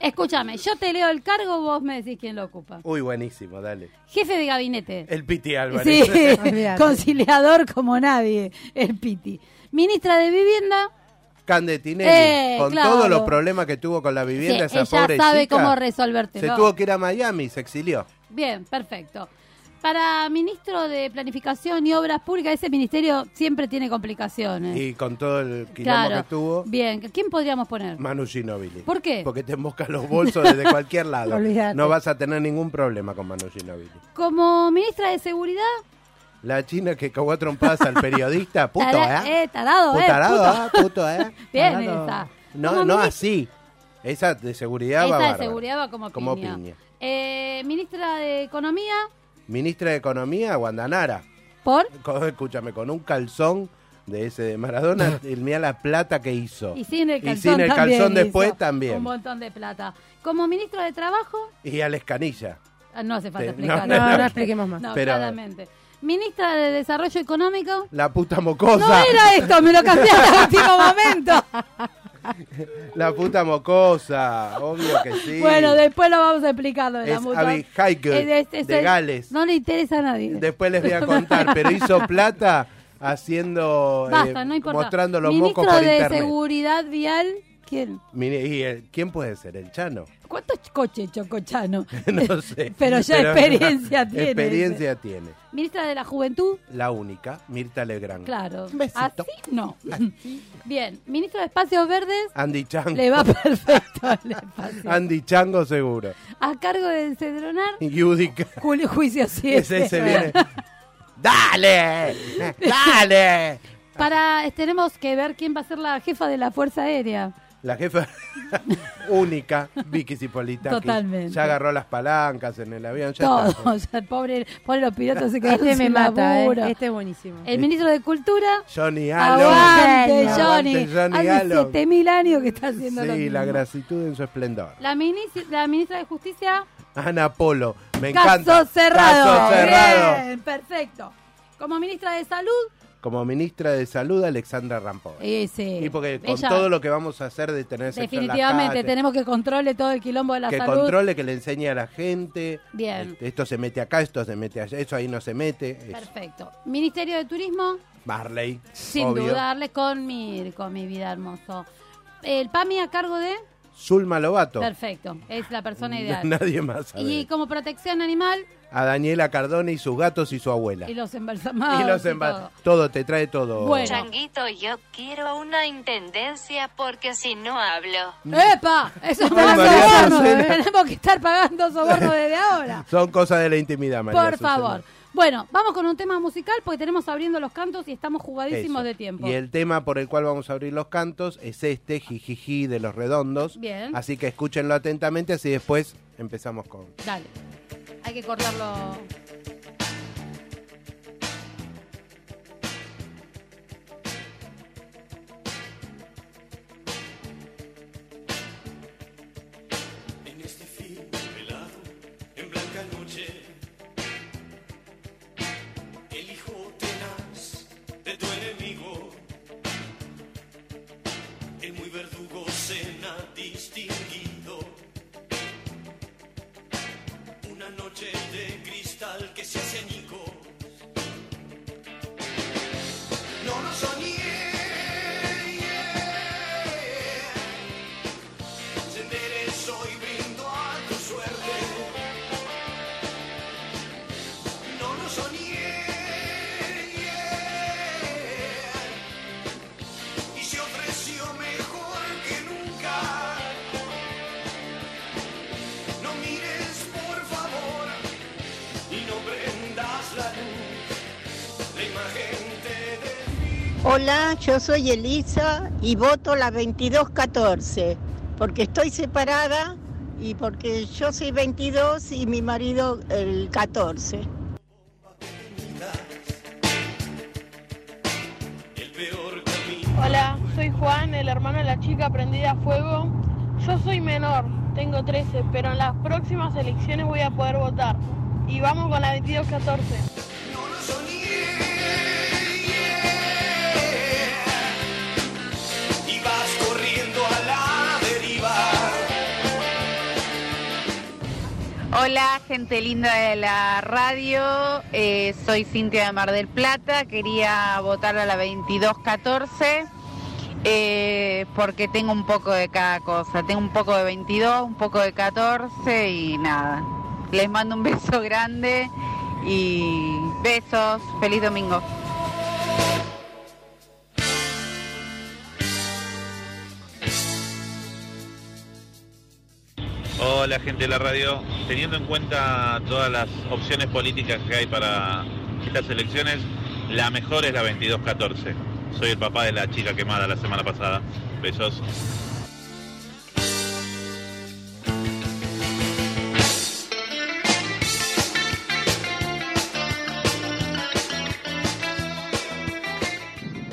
S2: Escúchame, yo te leo el cargo, vos me decís quién lo ocupa.
S3: Uy, buenísimo, dale.
S2: Jefe de gabinete.
S3: El Piti Álvarez.
S2: Sí, conciliador como nadie, el Piti. Ministra de Vivienda,
S3: Candetinelli,
S2: Eh,
S3: con
S2: claro.
S3: todos los problemas que tuvo con la vivienda,
S2: Sí,
S3: esa
S2: ella
S3: pobre
S2: sabe
S3: chica,
S2: cómo resolvértelo.
S3: Se tuvo que ir a Miami, se exilió.
S2: bien, perfecto. Para ministro de Planificación y Obras Públicas, ese ministerio siempre tiene complicaciones.
S3: Y con todo el quilombo
S2: Eh. Claro.
S3: que tuvo,
S2: Bien, ¿quién podríamos poner?
S3: Manu Ginobili.
S2: ¿Por qué?
S3: Porque te embosca los bolsos desde cualquier lado.
S2: Olvídate.
S3: No vas a tener ningún problema con Manu Ginobili.
S2: Como ministra de Seguridad,
S3: La china que cagó a trompadas al periodista, puto,
S2: tara-
S3: ¿eh?
S2: eh, tarado, eh,
S3: Putarado,
S2: puto.
S3: ¿eh? Puto, ¿eh?
S2: Bien,
S3: Tarado.
S2: esa.
S3: No,
S2: Como
S3: no
S2: mini-
S3: así. Esa de seguridad va
S2: Esa de
S3: bárbara.
S2: seguridad va como
S3: Como
S2: piña.
S3: piña.
S2: Eh, ministra de Economía,
S3: Ministra de Economía, Guandanara.
S2: ¿por?
S3: Con- escúchame, con un calzón de ese de Maradona, el mira la plata que hizo.
S2: Y sin el
S3: Y
S2: calzón,
S3: sin el
S2: también
S3: calzón después
S2: hizo Un
S3: también.
S2: montón de plata. Como ministro de Trabajo,
S3: Y a la escanilla.
S2: ah, no hace falta
S3: Te- no,
S2: explicar.
S3: no, No, no no.
S7: expliquemos más.
S2: No,
S3: Pero-
S2: claramente. Ministra de Desarrollo Económico,
S3: La puta mocosa.
S2: No era esto, me lo cambiaste al último momento.
S3: La puta mocosa, obvio que sí.
S2: Bueno, después lo vamos a explicar lo de la
S3: Es
S2: mutua.
S3: Abby Haikel,
S2: Eh, es- es-
S3: de
S2: es-
S3: Gales.
S2: No le interesa a nadie.
S3: Después les voy a contar, pero hizo plata haciendo. eh,
S2: Basta, no importa.
S3: Mostrando los
S2: Ministro
S3: mocos por
S2: de
S3: internet.
S2: Seguridad Vial, ¿quién?
S3: Mire, ¿Y el- quién puede ser? ¿El Chano?
S2: ¿Cuántos coches chocochano?
S3: No sé.
S2: Pero ya experiencia tiene.
S3: Experiencia tiene.
S2: Ministra de la Juventud,
S3: La única, Mirta Legrand.
S2: claro. Así no. Bien, Ministro de Espacios Verdes,
S3: Andy Chango.
S2: le va perfecto al espacio.
S3: Andy Chango seguro.
S2: A cargo de Cedronar,
S3: Yudica.
S2: Julio Juicio 7.
S3: Ese se viene. ¡Dale! ¡Dale!
S2: Para, tenemos que ver quién va a ser la jefa de la Fuerza Aérea.
S3: La jefa única, Vicky Cipolita.
S2: Totalmente.
S3: Ya agarró las palancas en el avión. Ya está.
S2: Todo, o sea, pobre, pobre los pilotos se quedaron
S7: Este me
S2: sin
S7: mata,
S2: laburo.
S7: eh. Este es buenísimo.
S2: El ministro de Cultura,
S3: Johnny Allen.
S2: aguante Johnny,
S3: Aguante, Johnny
S2: hace
S3: Allen.
S2: 7000 años que está haciendo lo
S3: Sí,
S2: mismo.
S3: la gratitud en su esplendor.
S2: La, mini- la ministra de Justicia,
S3: Ana Polo, me
S2: caso
S3: encanta.
S2: cerrado.
S3: Caso cerrado.
S2: Bien, perfecto. Como ministra de Salud,
S3: Como ministra de salud, Alexandra Rampón.
S2: ese.
S3: Y porque con
S2: Ella-
S3: todo lo que vamos a hacer de tener sexo en la
S2: Definitivamente,
S3: calle,
S2: tenemos que controle todo el quilombo de la
S3: que
S2: salud.
S3: controle, que le enseñe a la gente. Este,
S2: Bien,
S3: Esto se mete acá, esto se mete allá, eso ahí no se mete. es
S2: perfecto. Ministerio de Turismo,
S3: Marley.
S2: sin
S3: obvio.
S2: dudarle, con mi, con mi vida hermoso. El PAMI a cargo de...
S3: Zulma Lobato.
S2: Perfecto, es la persona ideal.
S3: Nadie más sabe.
S2: Y como protección animal
S3: A Daniela Cardone y sus gatos y su abuela.
S2: y los embalsamados.
S3: Y los embar-
S2: todo.
S3: todo. te trae todo.
S4: Changuito, yo quiero una intendencia porque si no hablo.
S2: ¡Epa! Eso es para
S3: María
S2: soborno.
S3: Azucena.
S2: Tenemos que estar pagando soborno desde ahora.
S3: Son cosas de la intimidad, María.
S2: Por
S3: Azucena.
S2: favor. Bueno, vamos con un tema musical porque tenemos abriendo los cantos y estamos jugadísimos
S3: Eso.
S2: de tiempo.
S3: Y el tema por el cual vamos a abrir los cantos es este, Jijiji de los Redondos.
S2: Bien.
S3: Así que escúchenlo atentamente, así después empezamos con...
S2: Dale. Hay que cortarlo.
S8: noche de cristal que se hace Nico. No lo soñé. yeah. Se enderezó y brindo a tu suerte. No lo soñé. yeah. Y se ofreció mejor que nunca. No mires por favor y no prendas la luz. La imagen te de
S16: Hola, yo soy Elisa y voto la 2214, porque estoy separada y porque yo soy 22 y mi marido el 14.
S8: el peor
S17: Hola, soy Juan, el hermano de la chica prendida a fuego. Yo soy menor, tengo 13, pero en las próximas elecciones voy a poder votar. Y vamos con la 22-14.
S8: y vas corriendo a la deriva.
S18: Hola, gente linda de la radio. Eh, soy Cintia de Mar del Plata. Quería votar a la 2214 eh, porque tengo un poco de cada cosa. Tengo un poco de 22, un poco de 14 y nada. Les mando un beso grande y besos. Feliz domingo.
S19: Hola gente de la radio, teniendo en cuenta todas las opciones políticas que hay para estas elecciones, la mejor es la 2214. Soy el papá de la chica quemada la semana pasada. Besos.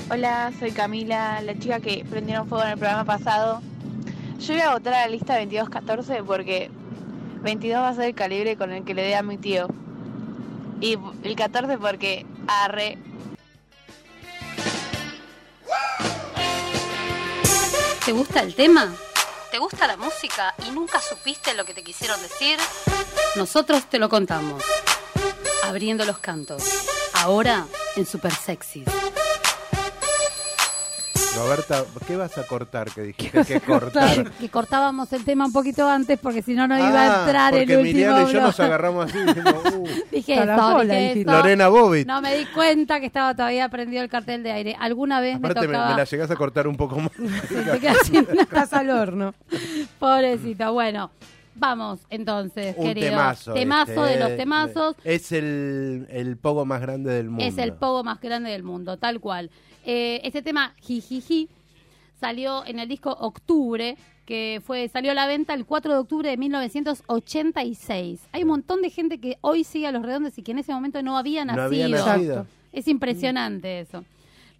S20: Hola, soy Camila, la chica que prendieron fuego en el programa pasado. Yo voy a votar a la lista 22-14 porque 22 va a ser el calibre con el que le dé a mi tío. Y el 14 porque arre.
S2: ¿Te gusta el tema?
S4: ¿Te gusta la música y nunca supiste lo que te quisieron decir?
S2: Nosotros te lo contamos. Abriendo los cantos. Ahora en Super Sexy.
S3: Roberta, ¿qué vas a cortar que dijiste que cortar?
S2: Claro, que cortábamos el tema un poquito antes porque si no no iba
S3: Ah,
S2: a entrar el
S3: porque
S2: último
S3: Miriam y yo
S2: bloque.
S3: nos agarramos así dijimos, uh,
S2: Dije
S3: Está la
S2: esto,
S3: bola,
S2: dije
S3: dijiste.
S2: esto.
S3: Lorena Bobbitt.
S2: No me di cuenta que estaba todavía prendido el cartel de aire. Alguna vez
S3: aparte
S2: me
S3: me,
S2: tocaba.
S3: me la llegás a cortar un poco más.
S2: Te quedas sin una casa al horno. Pobrecito. Bueno, vamos entonces,
S3: un
S2: querido.
S3: temazo.
S2: Temazo
S3: este,
S2: de los
S3: eh,
S2: temazos.
S3: Es el, el pogo más grande del mundo.
S2: Es el pogo más grande del mundo, tal cual. Eh, este tema, Jijiji, salió en el disco Octubre, que fue salió a la venta el 4 de octubre de 1986. Hay un montón de gente que hoy sigue a Los Redondos y que en ese momento no había
S3: No
S2: nacido.
S3: había nacido. Exacto.
S2: Es impresionante eso.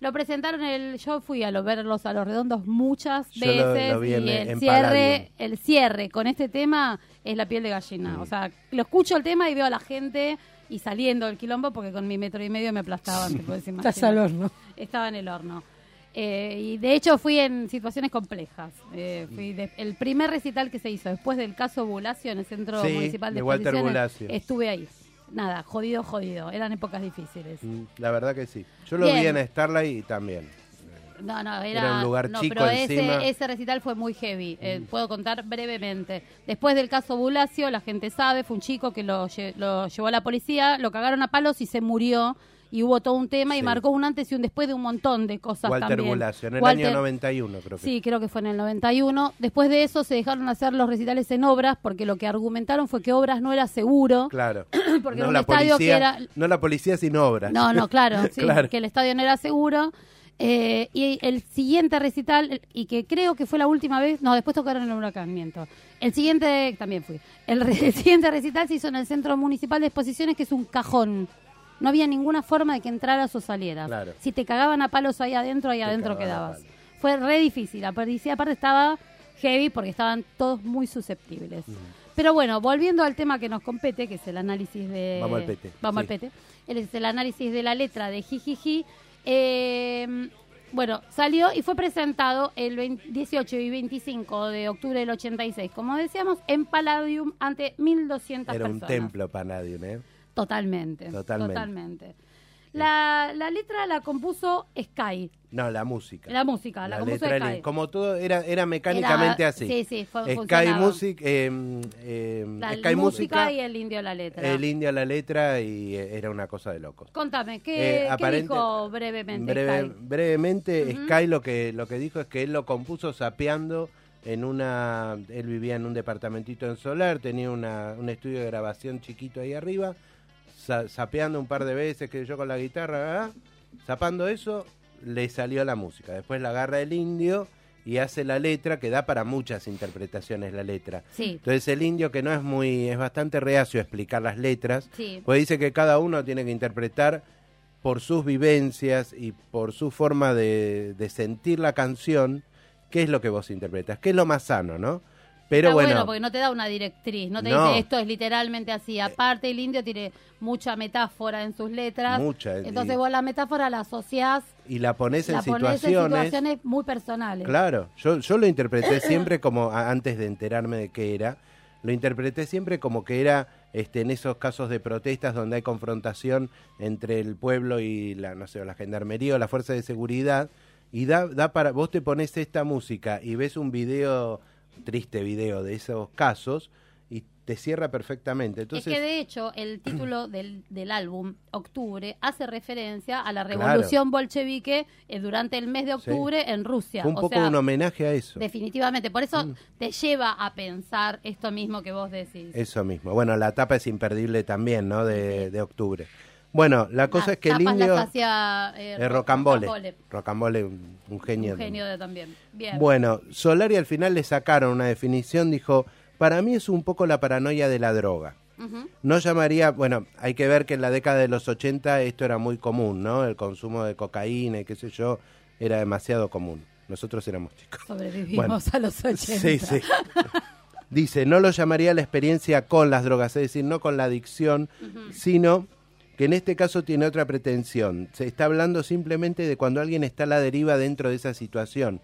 S2: Lo presentaron el, yo fui a lo- verlos a los redondos muchas
S3: Yo lo-
S2: veces
S3: lo vi en-
S2: y el
S3: en Palladium.
S2: cierre, el cierre con este tema es la piel de gallina. O sea, lo escucho el tema y veo a la gente y saliendo del quilombo porque con mi metro y medio me aplastaban, te puedes imaginar.
S7: Estás al horno.
S2: Estaba en el horno. Eh, y de hecho fui en situaciones complejas. Eh, fui de- el primer recital que se hizo después del caso Bulacio en el Centro
S3: Sí,
S2: Municipal de,
S3: de Walter
S2: Exposiciones,
S3: Bulacio.
S2: Estuve ahí. Nada, jodido, jodido. Eran épocas difíciles.
S3: Mm, La verdad que sí. Yo lo
S2: Bien.
S3: vi en Starlight y también.
S2: No, no, era,
S3: Era un lugar
S2: no,
S3: chico
S2: pero
S3: encima. Mm.
S2: ese, ese recital fue muy heavy, eh, puedo contar brevemente. Después del caso Bulacio, la gente sabe, fue un chico que lo, lle- lo llevó a la policía, lo cagaron a palos y se murió. Y hubo todo un tema y
S3: Sí.
S2: marcó un antes y un después de un montón de cosas
S3: Walter
S2: también.
S3: Bulacio, en el
S2: Walter-
S3: año 91 creo que.
S2: Sí, creo que fue en el 91. Después de eso se dejaron hacer los recitales en obras porque lo que argumentaron fue que obras no era seguro.
S3: Claro.
S2: Porque
S3: no
S2: era un
S3: la
S2: estadio
S3: policía,
S2: que era
S3: No la policía sin obras.
S2: no, no, claro, sí,
S3: Claro.
S2: que el estadio no era seguro. Eh, y el siguiente recital, y que creo que fue la última vez, no, después tocaron el huracán, miento. El siguiente, también fui. El, re- el siguiente recital se hizo en el Centro Municipal de Exposiciones, que es un cajón. No había ninguna forma de que entraras o salieras.
S21: Claro.
S2: Si te cagaban a palos ahí adentro, ahí adentro
S21: cagaban a
S2: quedabas. Fue re difícil. La policía aparte estaba heavy porque estaban todos muy susceptibles. Pero bueno, volviendo al tema que nos compete, que es el análisis de...
S3: Vamos al pete,
S2: Vamos al
S3: sí.
S2: pete. El, es el análisis de la letra de Jijiji. Eh, Bueno, salió y fue presentado el 20 18 y 25 de octubre del 86, como decíamos, en Palladium ante 1.200
S3: Era un
S2: personas.
S3: templo Palladium, ¿eh?
S2: Totalmente.
S3: Totalmente.
S2: Totalmente. La, la letra la compuso Sky,
S3: No, la música.
S2: la música, la, compuso
S3: letra,
S2: Sky.
S3: el- como todo era, era mecánicamente
S2: Era-
S3: así.
S2: sí, sí, fue-
S3: Sky
S2: funcionaba.
S3: Music, eh, eh,
S2: La
S3: Sky
S2: música
S3: Música,
S2: y el indio la letra.
S3: el indio la letra y eh, era una cosa de locos.
S2: Contame, ¿qué,
S3: Eh,
S2: qué
S3: aparente-
S2: dijo brevemente
S3: Breve-
S2: Sky?
S3: brevemente,
S2: Ujú.
S3: Sky lo que, lo que dijo es que él lo compuso sapeando en una... Él vivía en un departamentito en Solar, tenía una, un estudio de grabación chiquito ahí arriba, sa- sapeando un par de veces, que yo con la guitarra, ¿verdad? zapando eso, le salió la música. Después la agarra el indio y hace la letra, que da para muchas interpretaciones la letra.
S2: Sí.
S3: Entonces el indio que no es muy, es bastante reacio a explicar las letras,
S2: Sí.
S3: pues dice que cada uno tiene que interpretar por sus vivencias y por su forma de, de sentir la canción, qué es lo que vos interpretas, qué es lo más sano, ¿no? Pero
S2: Está
S3: bueno,
S2: porque no te da una directriz, no te
S3: No.
S2: dice esto es literalmente así. Aparte, el indio tiene mucha metáfora en sus letras.
S3: Mucha, eh, y-
S2: Entonces vos la metáfora la asociás,
S3: y la ponés en
S2: la ponés en
S3: situaciones...
S2: situaciones muy personales.
S3: Claro, yo, yo lo interpreté siempre como, a- antes de enterarme de qué era, lo interpreté siempre como que era este, en esos casos de protestas donde hay confrontación entre el pueblo y la, no sé, o la gendarmería o la fuerza de seguridad, y da, da para, vos te pones esta música y ves un video, triste video de esos casos, y te cierra perfectamente. Entonces,
S2: es que de hecho el título del, del álbum, Octubre, hace referencia a la
S3: Claro.
S2: revolución bolchevique eh, durante el mes de octubre en Rusia.
S3: fue un
S2: o
S3: poco
S2: sea,
S3: un homenaje Mm. a eso.
S2: definitivamente. Por eso te lleva a pensar esto mismo que vos decís.
S3: Eso mismo. Bueno, la tapa es imperdible también, ¿no? De, de octubre. Bueno, la cosa es que el
S2: Tapas
S3: indio...
S2: las hacía eh,
S3: Eh,
S2: Ro-
S3: Rocambole.
S2: Rocambole,
S3: Rocambole, un, un genio.
S2: Un genio de también. Bien.
S3: Bueno, Solari al final le sacaron una definición, dijo, para mí es un poco la paranoia de la droga.
S2: Ujú.
S3: No llamaría, bueno, hay que ver que en la década de los 80 esto era muy común, ¿no? El consumo de cocaína y qué sé yo, era demasiado común. Nosotros éramos chicos.
S2: Sobrevivimos
S3: Bueno.
S2: a los 80.
S3: Sí, sí. Dice, no lo llamaría la experiencia con las drogas, es decir, no con la adicción,
S2: Ujú.
S3: sino que en este caso tiene otra pretensión. Se está hablando simplemente de cuando alguien está a la deriva dentro de esa situación.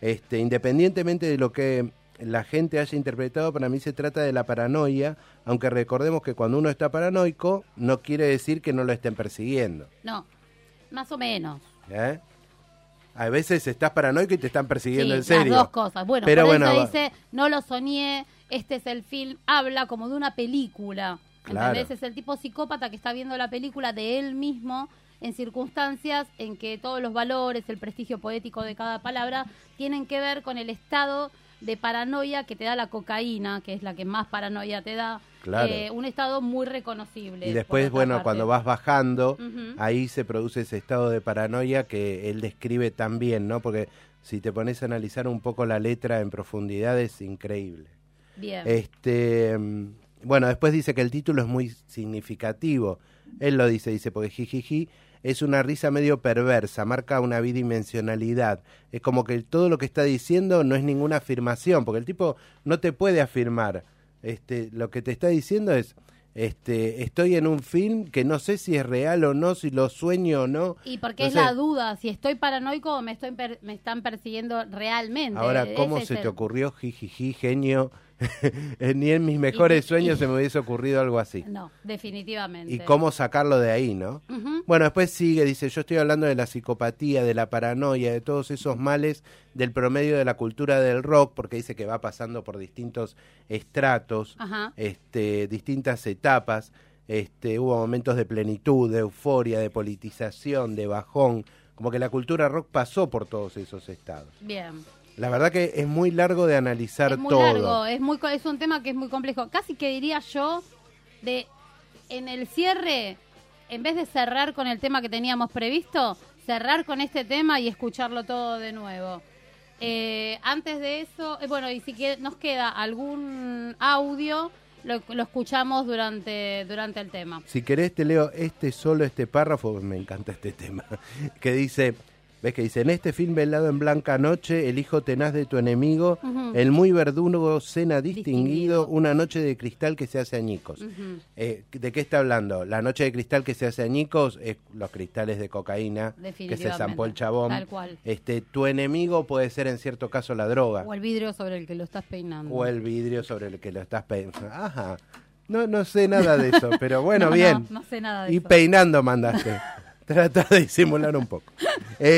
S3: Este, independientemente de lo que la gente haya interpretado, para mí se trata de la paranoia, aunque recordemos que cuando uno está paranoico, no quiere decir que no lo estén persiguiendo.
S2: No, más o menos.
S3: ¿eh? A veces estás paranoico y te están persiguiendo
S2: Sí,
S3: en serio.
S2: Las dos cosas. Bueno,
S3: Pero
S2: por
S3: bueno,
S2: eso
S3: va-
S2: dice, no lo soñé, este es el film, habla como de una película.
S3: Claro.
S2: ¿Entendés? Es el tipo psicópata que está viendo la película de él mismo en circunstancias en que todos los valores, el prestigio poético de cada palabra, tienen que ver con el estado de paranoia que te da la cocaína, que es la que más paranoia te da.
S3: Claro.
S2: Eh, un estado muy reconocible.
S3: Y
S2: por
S3: después,
S2: otra
S3: bueno,
S2: parte.
S3: cuando vas bajando,
S2: Ujú.
S3: ahí se produce ese estado de paranoia que él describe tan bien, ¿no? Porque si te pones a analizar un poco la letra en profundidad es increíble.
S2: Bien.
S3: Este, mm, bueno, después dice que el título es muy significativo. Él lo dice, dice, porque jijiji es una risa medio perversa, marca una bidimensionalidad. Es como que todo lo que está diciendo no es ninguna afirmación, porque el tipo no te puede afirmar. Este, lo que te está diciendo es, este, estoy en un film que no sé si es real o no, si lo sueño o no.
S2: Y porque
S3: No
S2: es
S3: sé.
S2: la duda, si estoy paranoico o me, estoy per- me están persiguiendo realmente.
S3: Ahora,
S2: Ese
S3: ¿cómo
S2: es
S3: se
S2: el-
S3: te ocurrió, jijiji, genio? Ni en mis mejores sueños se me hubiese ocurrido algo así.
S2: No, definitivamente.
S3: y cómo sacarlo de ahí, ¿no?
S2: Ujú.
S3: Bueno, después sigue, dice, yo estoy hablando de la psicopatía, de la paranoia, de todos esos males del promedio de la cultura del rock, porque dice que va pasando por distintos estratos,
S2: Ajá.
S3: este, distintas etapas. Este, hubo momentos de plenitud, de euforia, de politización, de bajón, como que la cultura rock pasó por todos esos estados.
S2: Bien.
S3: La verdad que es muy largo de analizar
S2: Es muy
S3: todo.
S2: largo, es, muy, co- es un tema que es muy complejo. Casi que diría yo, de en el cierre, en vez de cerrar con el tema que teníamos previsto, cerrar con este tema y escucharlo todo de nuevo. Eh, antes de eso, eh, bueno, y si que- nos queda algún audio, lo, lo escuchamos durante, durante el tema.
S3: pues Si querés te leo este solo, este párrafo, me encanta este tema, que dice, ¿Ves que dice? En este film velado en blanca noche, el hijo tenaz de tu enemigo,
S2: Ujú.
S3: el muy verdugo cena distinguido, una noche de cristal que se hace añicos.
S2: Ujú.
S3: Eh, ¿De qué está hablando? La noche de cristal que se hace añicos es los cristales de cocaína que se
S2: Definitivamente,
S3: zampó el chabón.
S2: tal cual.
S3: Este, tu enemigo puede ser en cierto caso la droga
S2: O el vidrio sobre el que lo estás peinando.
S3: o el vidrio sobre el que lo estás peinando. Ajá. No, no sé nada de eso, pero bueno,
S2: No, no,
S3: bien.
S2: no sé nada de
S3: y
S2: eso.
S3: peinando mandaste. Trata de disimular un poco.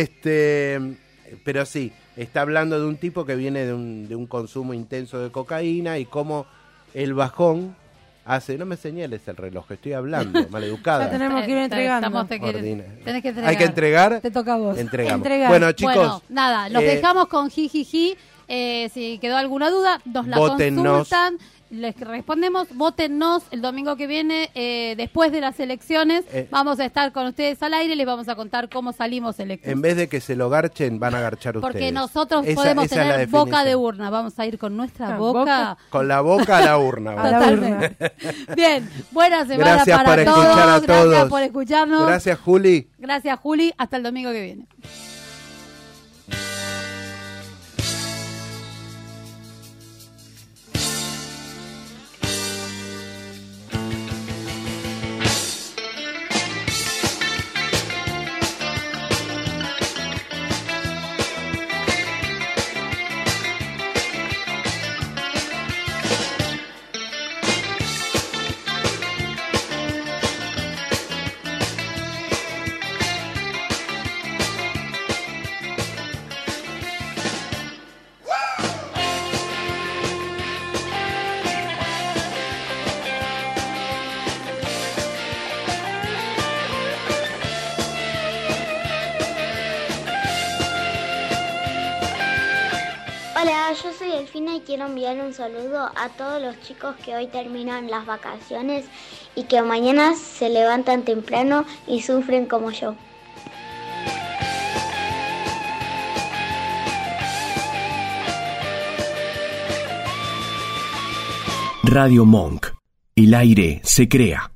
S3: Este, pero sí, está hablando de un tipo que viene de un, de un consumo intenso de cocaína y cómo el bajón hace. No me señales el reloj, que estoy hablando, maleducada.
S7: Ya tenemos que
S2: Te-
S7: ir
S2: te-
S7: entregando.
S2: estamos- te quieres-
S3: Ordina-
S2: tenés que entregar.
S3: Hay que entregar.
S7: Te toca a vos.
S3: Entregamos.
S7: Entregar.
S3: Bueno, chicos.
S2: Bueno, nada, los
S3: eh,
S2: dejamos con jijiji. Eh, si quedó alguna duda, nos la
S3: Vótennos.
S2: consultan. Les respondemos, votennos el domingo que viene, eh, después de las elecciones.
S3: Eh.
S2: vamos a estar con ustedes al aire, les vamos a contar cómo salimos electos.
S3: En vez de que se lo garchen, van a garchar
S2: Porque
S3: ustedes.
S2: nosotros
S3: Esa-
S2: podemos
S3: esa es la
S2: tener boca
S3: definición.
S2: de urna. Vamos a ir con nuestra
S7: Ah,
S2: boca.
S3: Con la boca a la urna.
S2: A la
S3: Totalmente.
S2: Bien, buena semana
S3: Gracias por
S2: para todos.
S3: escuchar a
S2: Gracias
S3: todos.
S2: por escucharnos.
S3: Gracias, Juli.
S2: Gracias, Juli. Hasta el domingo que viene.
S22: Hola, yo soy Delfina y quiero enviar un saludo a todos los chicos que hoy terminan las vacaciones y que mañana se levantan temprano y sufren como yo.
S23: Radio Monk. El aire se crea.